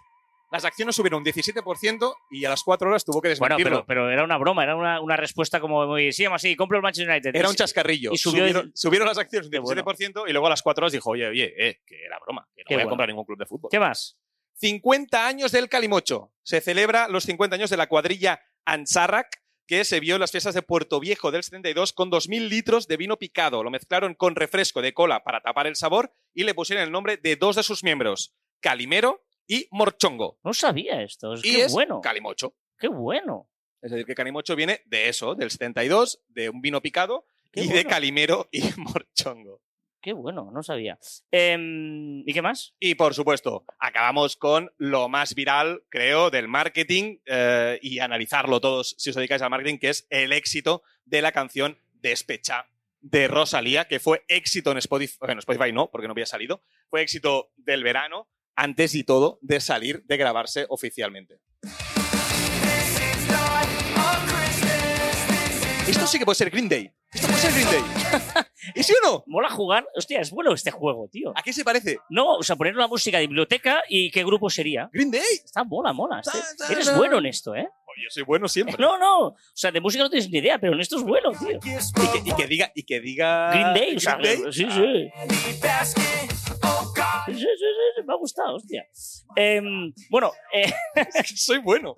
S4: Las acciones subieron un 17% y a las 4 horas tuvo que
S3: Bueno,
S4: desmentirlo.
S3: pero, pero era una broma, era una, una respuesta como muy, sí, vamos, sí, compro el Manchester United.
S4: Era un
S3: Sí,
S4: chascarrillo.
S3: y subió-
S4: subieron, subieron las acciones un
S3: Qué bueno.
S4: 17% y luego a las 4 horas dijo, oye, oye, eh, que era broma, que no
S3: Qué
S4: voy a
S3: bueno.
S4: comprar ningún club de fútbol.
S3: ¿Qué más?
S4: 50 años del Calimocho. Se celebra los 50 años de la cuadrilla Ansarrac, que se vio en las fiestas de Puerto Viejo del 72 con 2.000 litros de vino picado. Lo mezclaron con refresco de cola para tapar el sabor y le pusieron el nombre de dos de sus miembros, Calimero y Morchongo.
S3: No sabía esto. Es
S4: y
S3: Pues qué
S4: es
S3: bueno.
S4: Calimocho.
S3: Qué bueno.
S4: Es decir, que Calimocho viene de eso, del 72, de un vino picado
S3: Qué
S4: y de
S3: bueno.
S4: Calimero y [laughs] Morchongo.
S3: Qué bueno, no sabía. Em, ¿Y qué más?
S4: Y por supuesto, acabamos con lo más viral, creo, del marketing eh, y analizarlo todos si os dedicáis al marketing, que es el éxito de la canción Despecha de Rosalía, que fue éxito en Spotify, bueno, Spotify no, porque no había salido, fue éxito del verano, antes y todo de salir, de grabarse oficialmente. Esto sí que puede ser Green Day. Esto puede ser Green Day. [laughs] ¿Y sí o no?
S3: Mola jugar. Hostia, es bueno este juego, tío.
S4: ¿A qué se parece?
S3: No, o sea, poner una música de biblioteca y qué grupo sería.
S4: Green Day.
S3: Está mola, mola. Este-
S4: Ta, ta,
S3: eres
S4: ta.
S3: bueno en esto, ¿eh?
S4: Oye, Pues soy bueno siempre.
S3: No, no. O sea, de música no tienes ni idea, pero en esto es bueno, tío.
S4: [laughs] Y que, y que diga, y que diga.
S3: Green Day, o sea,
S4: Ah, Green Day.
S3: sí, sí. Sí, sí, sí, sí, me ha gustado, hostia. Em, bueno, eh,
S4: [laughs] Soy bueno.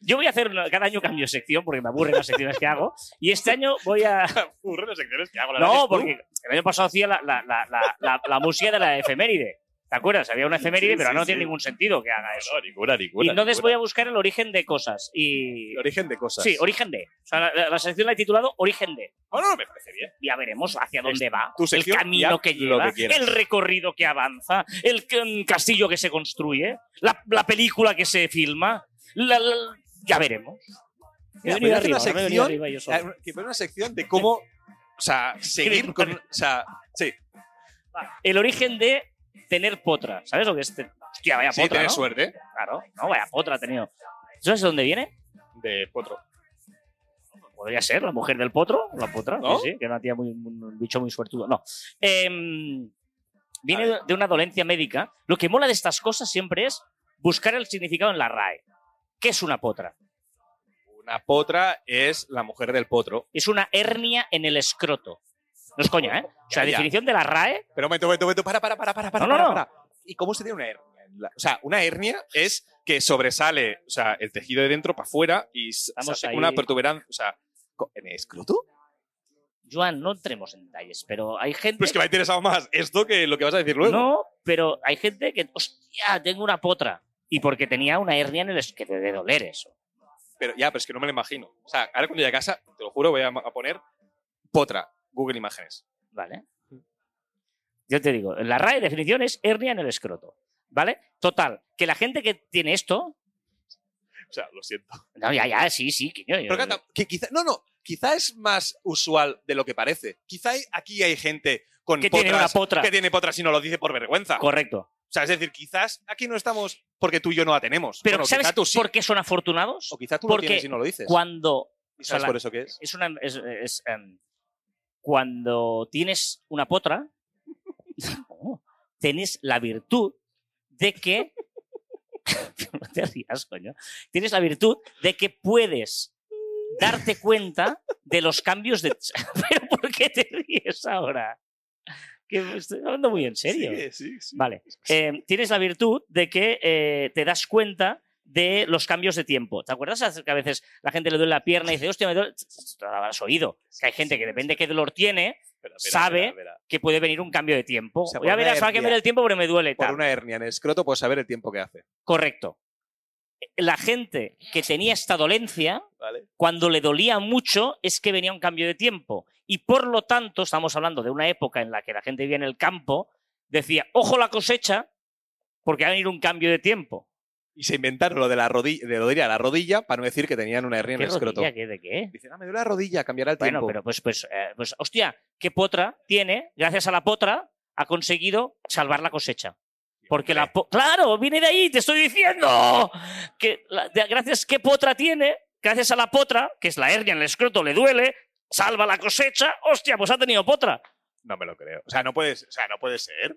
S3: yo voy a hacer, una- cada año cambio de sección porque me aburren las secciones que hago, y este año voy
S4: [laughs]
S3: a...
S4: Burro las secciones que hago. la verdad es
S3: No,
S4: tú.
S3: porque el año pasado hacía la, la- la- la- la- la música de la efeméride. ¿Te acuerdas? Había una efeméride,
S4: Sí,
S3: pero
S4: sí,
S3: no
S4: sí.
S3: tiene ningún sentido que haga eso.
S4: No, ninguna, ninguna.
S3: Y entonces voy
S4: ninguna.
S3: a buscar el origen de cosas. Y...
S4: El origen de cosas.
S3: Sí, origen de. O sea, la, la- la sección la he titulado Origen de.
S4: No, no, me parece bien.
S3: Ya veremos hacia dónde va.
S4: tu
S3: el
S4: sección,
S3: camino
S4: ya
S3: que
S4: lo
S3: lleva,
S4: que quieras.
S3: el recorrido que avanza, el c- mm, castillo que se construye, la, la película que se filma. la- la- ya veremos.
S4: Mira,
S3: He venido
S4: podría hacer una
S3: he venido
S4: sección-
S3: arriba yo solo.
S4: Ah, Que fue una sección de cómo. O
S3: [laughs]
S4: sea, seguir con. O sea, sí,
S3: Va, El origen de tener potra. ¿Sabes lo que es? te- Hostia, vaya
S4: sí,
S3: potra.
S4: tener
S3: ¿no?
S4: suerte.
S3: Claro, no, vaya potra ha tenido. ¿Sabes de dónde viene?
S4: De potro.
S3: Podría ser la mujer del potro, la potra,
S4: ¿No?
S3: sí, sí, que era una tía muy, un bicho muy suertudo. No. Em, viene de- de una dolencia médica. Lo que mola de estas cosas siempre es buscar el significado en la RAE. ¿Qué es una potra?
S4: Una potra es la mujer del potro.
S3: Es una hernia en el escroto. No es coña, ¿eh? O sea,
S4: Ya, ya.
S3: definición de la RAE,
S4: Pero un momento, un momento, un momento. Para, para, para, para, para.
S3: No, no,
S4: para,
S3: no.
S4: para. ¿Y cómo se tiene una hernia? en la- O sea, una hernia es que sobresale o sea, el tejido de dentro para afuera y s- se
S3: Estamos
S4: hace
S3: ahí.
S4: una protuberancia. O sea, co- ¿en el escroto?
S3: Joan, no entremos en detalles, pero hay
S4: [laughs]
S3: gente
S4: Pues que me ha interesado más esto que lo que vas a decir luego.
S3: No, pero hay gente que, hostia, tengo una potra. Y porque tenía una hernia en el es- que te de doler eso.
S4: Pero ya, pero es que no me lo imagino. O sea, ahora cuando llegue a casa, te lo juro, voy a, ma- a poner potra, Google Imágenes.
S3: ¿Vale? Yo te digo, la RAE definición es hernia en el escroto. ¿Vale? Total, que la gente que tiene esto.
S4: O sea, lo siento.
S3: No, ya, ya, sí, sí, que yo-
S4: Pero canta, que quizá, no, no, quizá es más usual de lo que parece. Quizá hay- aquí hay gente con
S3: Que
S4: potras,
S3: tiene una potra.
S4: que tiene potras y no lo dice por vergüenza.
S3: Correcto.
S4: o sea, es decir, quizás aquí no estamos porque tú y yo no la tenemos.
S3: Pero
S4: Bueno,
S3: ¿sabes
S4: quizá tú sí,
S3: por qué son afortunados?
S4: o quizá tú
S3: porque
S4: lo tienes y no lo dices.
S3: Cuando.
S4: ¿Y
S3: o
S4: sabes
S3: sea,
S4: por
S3: la-
S4: eso qué es?
S3: Es una. es- es, em, cuando tienes una potra, no, tienes la virtud de que. [laughs] no te rías, coño. Tienes la virtud de que puedes darte cuenta de los cambios de. [laughs] ¿Pero por qué te ríes ahora? Que me estoy hablando muy en serio.
S4: Sí, sí, sí.
S3: Vale. Eh, tienes la virtud de que eh, te das cuenta de los cambios de tiempo. ¿Te acuerdas hace- que a veces la gente le duele la pierna y dice, hostia, me duele? Esto lo habrás oído. Que hay gente que depende de qué dolor tiene,
S4: Espera, espera,
S3: sabe
S4: espera, espera.
S3: que puede venir un cambio de tiempo.
S4: sea, por
S3: ya
S4: una
S3: verás, va a
S4: hernia.
S3: cambiar el tiempo porque me duele.
S4: Por
S3: tal.
S4: una hernia en el escroto puedes saber el tiempo que hace.
S3: Correcto. La gente que tenía esta dolencia,
S4: ¿Vale?
S3: cuando le dolía mucho es que venía un cambio de tiempo. Y por lo tanto, estamos hablando de una época en la que la gente vivía en el campo, decía, ojo la cosecha, porque va a venir un cambio de tiempo.
S4: Y se inventaron lo de la rodilla, de lo de ir a la rodilla para no decir que tenían una hernia en
S3: ¿Qué
S4: el escroto.
S3: rodilla? ¿Qué- ¿De qué?
S4: Dicen, ah, me duele la rodilla, cambiará el
S3: Bueno,
S4: tiempo.
S3: pero pues, pues, eh, pues, hostia, ¿qué potra tiene? Gracias a la potra ha conseguido salvar la cosecha. Porque la po- ¡Claro! ¡Viene de ahí! ¡Te estoy diciendo! Que la- de- gracias, ¿qué potra tiene? Gracias a la potra, que es la hernia en el escroto, le duele, salva la cosecha. ¡Hostia, pues ha tenido potra!
S4: No me lo creo. O sea,
S3: [laughs]
S4: no puedes, o sea, no puede ser.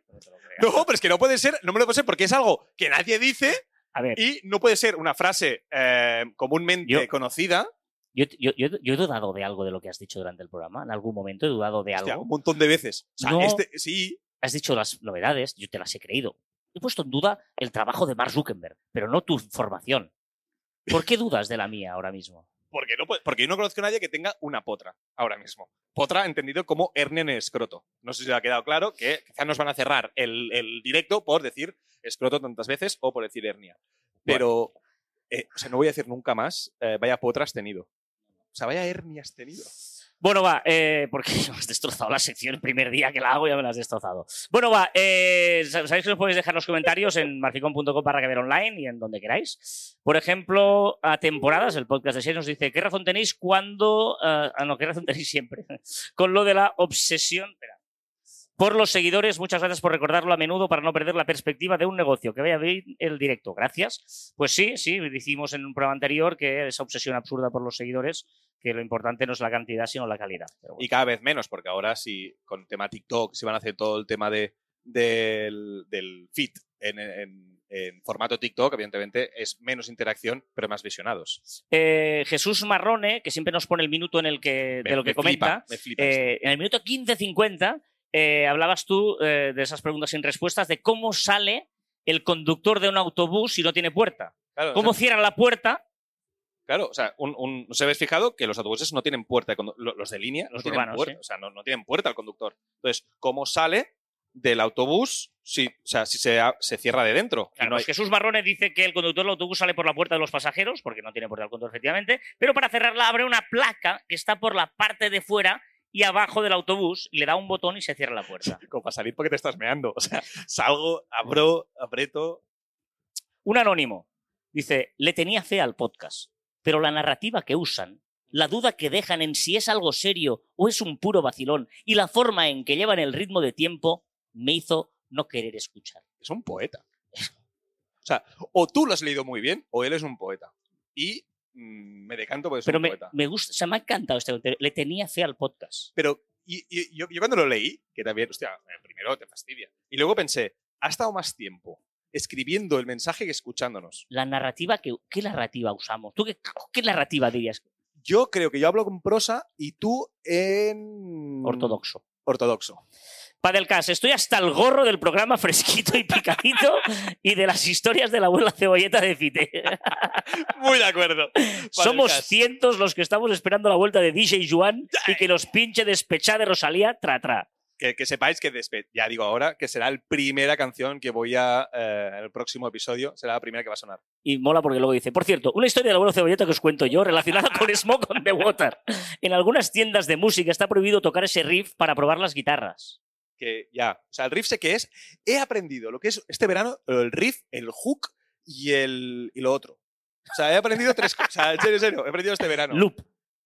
S4: No, pero es que no puede ser, no me lo puede ser porque es algo que nadie dice
S3: A ver,
S4: Y no puede ser una frase eh, comúnmente
S3: Yo-
S4: conocida.
S3: yo, yo- yo- yo he dudado de algo de lo que has dicho durante el programa. En algún momento he dudado de
S4: Hostia,
S3: algo.
S4: un montón de veces. O sea,
S3: No.
S4: este, sí,
S3: Has dicho las novedades, yo te las he creído. He puesto en duda el trabajo de Mark Zuckerberg, pero no tu formación. ¿Por qué dudas de la mía ahora mismo?
S4: porque, no, puede- porque yo no conozco a nadie que tenga una potra ahora mismo. Potra entendido como hernia en el escroto. No sé si le ha quedado claro que quizás nos van a cerrar el, el directo por decir escroto tantas veces o por decir hernia. Pero, eh, o sea, no voy a decir nunca más, eh, vaya potra has tenido. O sea, vaya hernia has tenido.
S3: Bueno, va, eh, porque [laughs] me has destrozado la sección el primer día que la hago, ya me la has destrozado. Bueno, va, eh, sab- sabéis que nos podéis dejar los comentarios en marficon.com barra que ver online y en donde queráis. Por ejemplo, a temporadas, el podcast de series nos dice, ¿qué razón tenéis cuando... ah, ah, no, ¿qué razón [laughs] tenéis siempre? Con lo de la obsesión... espera. Por los seguidores, muchas gracias por recordarlo a menudo para no perder la perspectiva de un negocio. Que vaya bien el directo, gracias. Pues sí, sí, decimos en un programa anterior que esa obsesión absurda por los seguidores que lo importante no es la cantidad, sino la calidad. Pero bueno.
S4: Y cada vez menos, porque ahora sí, con tema TikTok, se van a hacer todo el tema de, del, del feed en, en- en formato TikTok, evidentemente es menos interacción, pero más visionados.
S3: Eh, Jesús Marrone, que siempre nos pone el minuto en el que, de lo que comenta,
S4: flipa, me flipa esto.
S3: eh, en el minuto 15.50 eh, hablabas tú eh, de esas preguntas sin respuestas, de cómo sale el conductor de un autobús si no tiene puerta.
S4: Claro, o
S3: ¿Cómo
S4: sea,
S3: cierra la puerta?
S4: claro, o sea, un, un- ¿no se habéis fijado que los autobuses no tienen puerta? de condu- lo- Los de línea no
S3: Los
S4: tienen
S3: urbanos,
S4: puerta,
S3: sí.
S4: o sea, no, no tienen puerta al conductor. Entonces, ¿cómo sale del autobús si, o sea, si se, a- se cierra de dentro? Y
S3: Claro,
S4: no
S3: pues
S4: [laughs] hay-
S3: Jesús Marrone dice que el conductor del autobús sale por la puerta de los pasajeros, porque no tiene puerta al conductor, efectivamente, pero para cerrarla abre una placa que está por la parte de fuera y abajo del autobús, le da un botón y se cierra la puerta.
S4: como para salir porque te estás meando. O sea, salgo, abro, apreto.
S3: Un anónimo dice, le tenía fe al podcast, pero la narrativa que usan, la duda que dejan en si es algo serio o es un puro vacilón y la forma en que llevan el ritmo de tiempo me hizo no querer escuchar.
S4: es un poeta. O sea, o tú lo has leído muy bien o él es un poeta. Y mm, me decanto por es
S3: Pero
S4: un
S3: me,
S4: poeta.
S3: me gusta, o sea, me ha encantado este comentario. Le tenía fe al podcast.
S4: Pero y- y- yo, yo cuando lo leí, que también, hostia, eh, primero te fastidia. Y luego pensé, ha estado más tiempo escribiendo el mensaje que escuchándonos.
S3: La narrativa que... ¿Qué narrativa usamos? ¿Tú qué, qué narrativa dirías?
S4: Yo creo que yo hablo con prosa y tú en...
S3: Ortodoxo.
S4: Ortodoxo.
S3: Padelcast, estoy hasta el gorro del programa [laughs] fresquito y picadito y de las historias de la abuela cebolleta de Fite.
S4: Muy de acuerdo. [laughs]
S3: Somos
S4: Padelcast.
S3: cientos los que estamos esperando la vuelta de DJ Juan y que nos pinche despechá de Rosalía tra tra.
S4: que, que sepáis que despe- ya digo ahora que será la primera canción que voy a... eh, en el próximo episodio será la primera que va a sonar.
S3: Y mola porque luego dice, por cierto, una historia del abuelo cebolleta que os cuento yo relacionada
S4: [laughs]
S3: con Smoke on the Water. En algunas tiendas de música está prohibido tocar ese riff para probar las guitarras.
S4: que ya, o sea, el riff sé que es, he aprendido lo que es este verano, el riff, el hook y el y lo otro. O sea, he aprendido tres cosas, o sea, en serio, en serio, he aprendido este verano.
S3: Loop.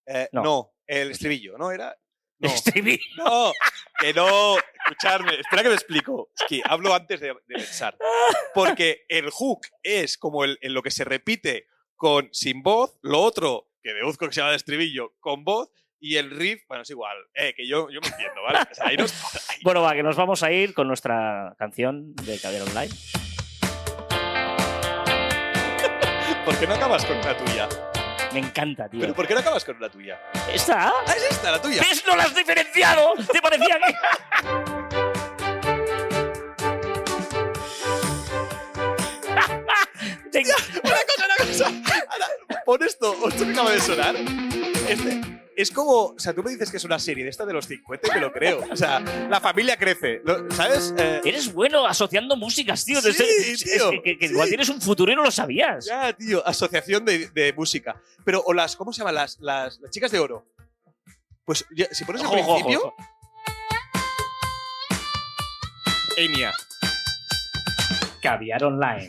S4: Eh,
S3: no.
S4: no. el estribillo, ¿no? Era... No,
S3: Estribillo.
S4: no, que no, escucharme, espera que me explico, es que hablo antes de, de pensar, porque el hook es como el, en lo que se repite con sin voz, lo otro, que deduzco que se llama el estribillo, con voz, y el riff, bueno, es igual, eh, que yo, yo me entiendo, ¿vale? O sea, ahí no- ahí-
S3: Bueno, va, que nos vamos a ir con nuestra canción de Caber Online.
S4: ¿Por qué no acabas con una tuya?
S3: Me encanta, tío.
S4: ¿Pero por qué no acabas con una tuya?
S3: ¿Está?
S4: Ah, es esta, la tuya.
S3: ¿Ves? ¡No la has diferenciado! ¿Te parecía que...? Venga.
S4: Una cosa, una cosa. Ahora, pon esto, esto que acaba de sonar. Este. Es como, o sea, tú me dices que es una serie de esta de los 50 y te lo creo. O sea, la familia crece, lo- ¿sabes? Eh,
S3: Eres bueno asociando músicas, tío.
S4: Sí,
S3: Desde-
S4: tío,
S3: es que, que- que
S4: sí.
S3: igual tienes un futuro y no lo sabías.
S4: ya, tío, asociación de, de música. Pero, o las, ¿cómo se llaman? Las, las, las chicas de oro. Pues, ya, si pones al
S3: Ojo, ojo,
S4: principio,
S3: ojo.
S4: Enya.
S3: Caviar online.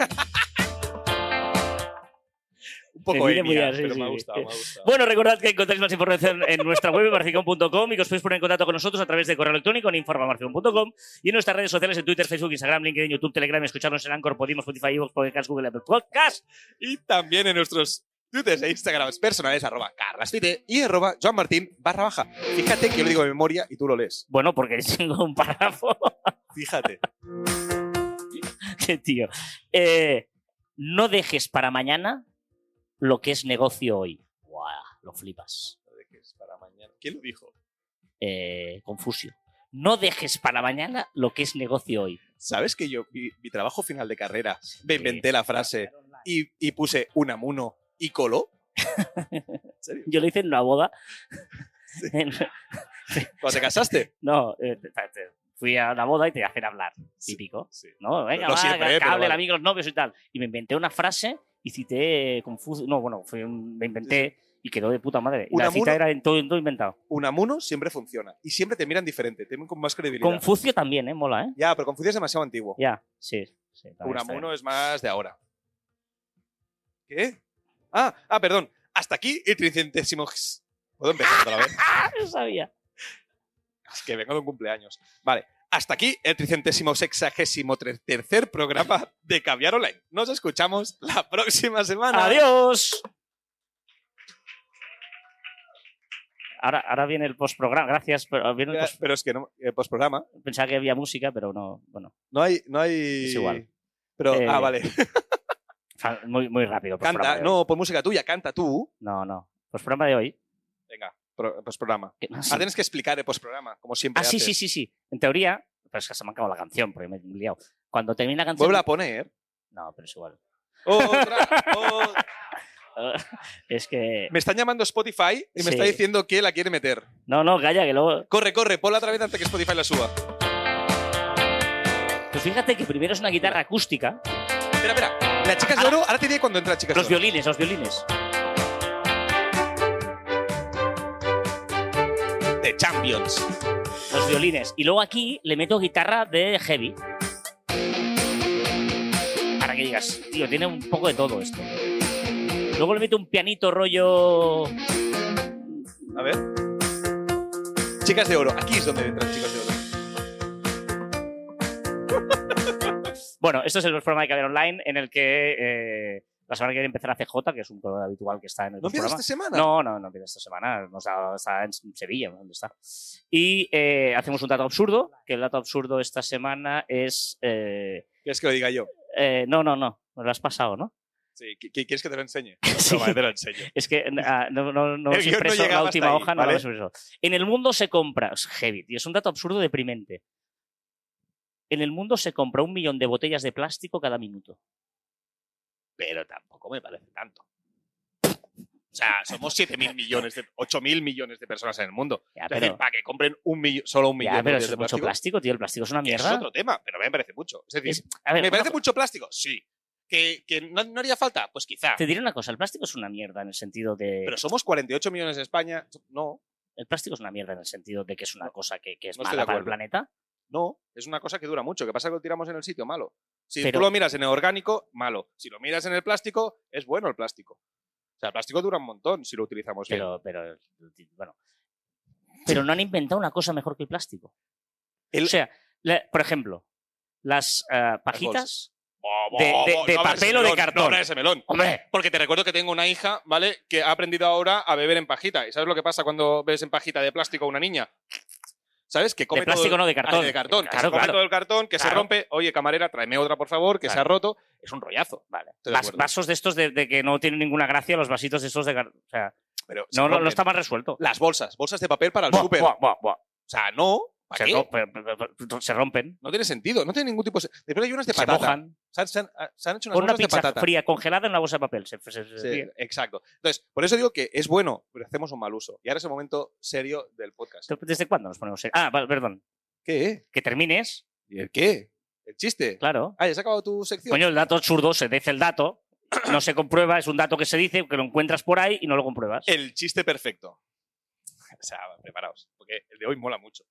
S4: Un
S3: Te
S4: poco
S3: viene muy
S4: Enya,
S3: bien, sí,
S4: pero
S3: sí,
S4: me ha
S3: sí.
S4: gustado, me ha
S3: [laughs]
S4: gustado.
S3: Bueno, recordad que encontráis más información en nuestra web, marficón.com, y que os podéis poner en contacto con nosotros a través de correo electrónico en informa.marficón.com y en nuestras redes sociales en Twitter, Facebook, Instagram, LinkedIn, YouTube, Telegram, y escucharnos en Anchor, Podimos, Spotify, Evox, Podcast, Google Apple Podcast.
S4: y también en nuestros twitters e instagrams personales arroba carlasfite y arroba joanmartin barra baja. Fíjate que yo lo digo de memoria y tú lo lees.
S3: Bueno, porque [laughs] tengo un párrafo.
S4: Fíjate.
S3: Qué tío. Eh, no dejes para mañana lo que es negocio hoy. Guau, lo flipas.
S4: [laughs] Lo de que es para mañana. ¿Quién lo dijo?
S3: Eh, Confucio. No dejes para mañana lo que es negocio hoy.
S4: ¿Sabes que yo, mi, mi trabajo final de carrera, me inventé la frase y, y puse Unamuno y coló? ¿En serio?
S3: Yo lo hice en una boda. [laughs] En-
S4: ¿Cuándo te casaste?
S3: no, eh, te- te- fui a la boda y te hacen hablar,
S4: Sí.
S3: típico.
S4: [laughs] Sí.
S3: No, venga,
S4: No
S3: va,
S4: siempre,
S3: que
S4: eh, pero
S3: hablen
S4: vale.
S3: amigos, novios y tal. Y me inventé una frase y cité eh, Confucio. No, bueno, fue un- me inventé y quedó de puta madre. Y la
S4: Unamuno-
S3: cita era en todo, en todo inventado.
S4: Unamuno siempre funciona. Y siempre te miran diferente, te ven con más credibilidad.
S3: Confucio también, ¿eh? Mola, ¿eh?
S4: ya, pero Confucio es demasiado antiguo.
S3: Ya, sí. sí, también está
S4: Unamuno es más de ahora. ¿Qué? Ah, ah, perdón. Hasta aquí el tricentésimo. ¿Puedo empezar otra [laughs] vez?
S3: bien. Yo Ah, sabía.
S4: Es que vengo de un cumpleaños. Vale. Hasta aquí el tricentésimo sexagésimo ter- tercer programa de Caviar Online. Nos escuchamos la próxima semana.
S3: ¡Adiós! Ahora, ahora viene el postprograma. Gracias. Pero viene el
S4: Ya,
S3: post-
S4: Pero es que no, eh, postprograma.
S3: Pensaba que había música, pero no. Bueno,
S4: No hay, no hay.
S3: Es igual.
S4: Pero,
S3: Eh,
S4: ah, vale.
S3: fa- muy, muy rápido. postprograma
S4: Canta,
S3: de hoy.
S4: no, por música tuya, canta tú.
S3: no, no. Postprograma de hoy.
S4: Venga, pro- postprograma.
S3: ¿Qué más?
S4: Ah, tienes que explicar el postprograma, como siempre.
S3: Ah, sí,
S4: haces.
S3: sí, sí, sí. En teoría, pero es que se me ha acabado la canción, porque me he liado. Cuando termina la canción.
S4: Vuelve
S3: [laughs]
S4: a poner.
S3: No, pero es igual. [laughs]
S4: Otra, otra.
S3: es que.
S4: Me están llamando Spotify y me
S3: Sí.
S4: está diciendo que la quiere meter.
S3: No, no, calla, que luego.
S4: Corre, corre, ponla otra vez antes que Spotify la suba.
S3: Pues fíjate que primero es una guitarra acústica.
S4: Espera, espera. La chica es de oro, ahora te diré cuando entra chicas de
S3: Los
S4: oro.
S3: violines, los violines.
S4: De Champions.
S3: Los violines. Y luego aquí le meto guitarra de heavy. Para que digas, tío, tiene un poco de todo esto. Luego le meto un pianito rollo.
S4: A ver. Chicas de oro, aquí es donde entran chicas de oro.
S3: Bueno, esto es el programa de Caber Online en el que eh, la semana que viene empezará CJ, que es un color habitual que está en el
S4: ¿No empiezas
S3: programa.
S4: esta semana?
S3: No, no, no empieza esta semana. Nos ha- está en Sevilla, ¿dónde está? Y eh, hacemos un dato absurdo, que el dato absurdo esta semana es. eh,
S4: ¿Quieres que lo diga yo?
S3: eh, no, no, no, me lo has pasado,
S4: [laughs]
S3: ¿no?
S4: Sí, ¿qui- qui- ¿quieres que te lo enseñe?
S3: [laughs] Sí.
S4: No, vale, te lo enseño.
S3: Es que ah, no, no, no
S4: [laughs] El
S3: hemos
S4: guión no
S3: impreso la
S4: llegaba hasta
S3: última
S4: ahí,
S3: hoja, no la
S4: ¿vale?
S3: hemos impreso. En el mundo se compra. Es heavy, tío, es un dato absurdo deprimente. En el mundo se compra un millón de botellas de plástico cada minuto.
S4: Pero tampoco me parece tanto. O sea, somos 7.000 millones, de, 8.000 millones de personas en el mundo.
S3: Ya,
S4: Es decir,
S3: pero,
S4: para que compren un millo- solo un
S3: ya,
S4: millón de
S3: pero
S4: botellas
S3: eso
S4: de
S3: es mucho
S4: plástico.
S3: plástico, tío. El plástico es una
S4: que
S3: mierda.
S4: Es otro tema, pero a mí me parece mucho. Es decir,
S3: Es- a ver,
S4: ¿me
S3: una
S4: parece
S3: co-
S4: mucho plástico? Sí. ¿Que, que no, no haría falta? Pues quizá.
S3: te diré una cosa, el plástico es una mierda en el sentido de...
S4: Pero somos 48 millones en España. No,
S3: El plástico es una mierda en el sentido de que es una cosa que, que es
S4: No estoy
S3: mala
S4: de
S3: para el
S4: acuerdo.
S3: planeta.
S4: no. Es una cosa que dura mucho. ¿Qué pasa que lo tiramos en el sitio? Malo. Si
S3: Pero-
S4: tú lo miras en el orgánico, malo. Si lo miras en el plástico, es bueno el plástico. O sea, el plástico dura un montón si lo utilizamos bien.
S3: Pero, pero, bueno. Pero no han inventado una cosa mejor que el plástico.
S4: El-
S3: O sea, la- por ejemplo, las eh, pajitas.
S4: Bo, bo,
S3: de- de-
S4: bo,
S3: de
S4: no
S3: papel
S4: abras ese
S3: o de
S4: melón, no
S3: cartón.
S4: abras ese melón.
S3: Hombre,
S4: Porque te recuerdo que tengo una hija, ¿vale? Que ha aprendido ahora a beber en pajita. ¿Y sabes lo que pasa cuando ves en pajita de plástico a una niña? ¿Sabes? Que come
S3: de plástico
S4: todo
S3: no, de
S4: Ah,
S3: cartón.
S4: de cartón. que se
S3: Claro,
S4: come
S3: claro.
S4: todo el cartón, que se
S3: Claro.
S4: rompe. Oye, camarera, tráeme otra, por favor, que se ha
S3: Claro.
S4: roto. Es un rollazo.
S3: Vale.
S4: de
S3: Vas-
S4: acuerdo.
S3: vasos de estos de, de que no tienen ninguna gracia, los vasitos de estos de cartón. O sea,
S4: Pero se
S3: no, no,
S4: rompen.
S3: no está mal resuelto.
S4: Las bolsas, bolsas de papel para el
S3: Buah,
S4: súper.
S3: buah,
S4: O
S3: buah, buah.
S4: sea, no. ¿Para
S3: Se,
S4: qué?
S3: rom- pe- pe- pe- pe- se rompen,
S4: No tiene sentido, no tiene ningún tipo de. Después hay unas de
S3: se
S4: patata.
S3: mojan.
S4: Se han, se han- se han hecho unas
S3: Pon una
S4: bolsas de
S3: pizza
S4: patata.
S3: fría congelada en una bolsa de papel. Se, se- se-
S4: Sí,
S3: fríe.
S4: exacto. Entonces, por eso digo que es bueno, pero hacemos un mal uso. Y ahora es el momento serio del podcast.
S3: ¿Desde cuándo nos ponemos? serios? Ah, vale, perdón.
S4: ¿Qué?
S3: Que termines,
S4: ¿Y el qué? ¿El chiste?
S3: claro.
S4: Ah, ya se ha acabado tu sección.
S3: Coño, el dato absurdo se dice el dato, [clears throat] no se comprueba, es un dato que se dice, que lo encuentras por ahí y no lo compruebas.
S4: El chiste perfecto. [laughs] O sea, preparaos, porque el de hoy mola mucho.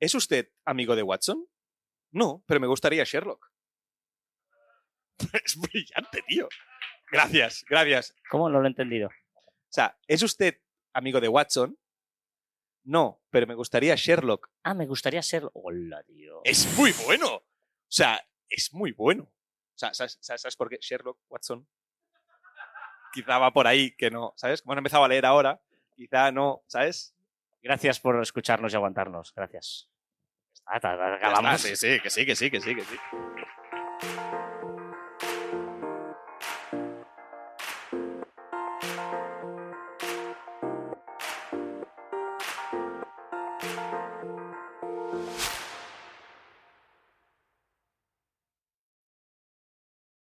S4: ¿Es usted amigo de Watson? No, pero me gustaría Sherlock. [laughs] Es brillante, tío. Gracias, gracias.
S3: ¿Cómo no lo he entendido?
S4: O sea, ¿es usted amigo de Watson? No, pero me gustaría Sherlock.
S3: Ah, me gustaría ser. Hola, tío.
S4: Es muy bueno. O sea, es muy bueno. O sea, ¿sabes, sabes- sabes por qué? Sherlock Watson. Quizá va por ahí que no, ¿sabes? Como han empezado a leer ahora, quizá no, ¿sabes?
S3: Gracias por escucharnos y aguantarnos. Gracias. Ah, ta- ta-
S4: Ya está,
S3: Acabamos.
S4: sí, sí, que sí, que sí, que sí, que sí.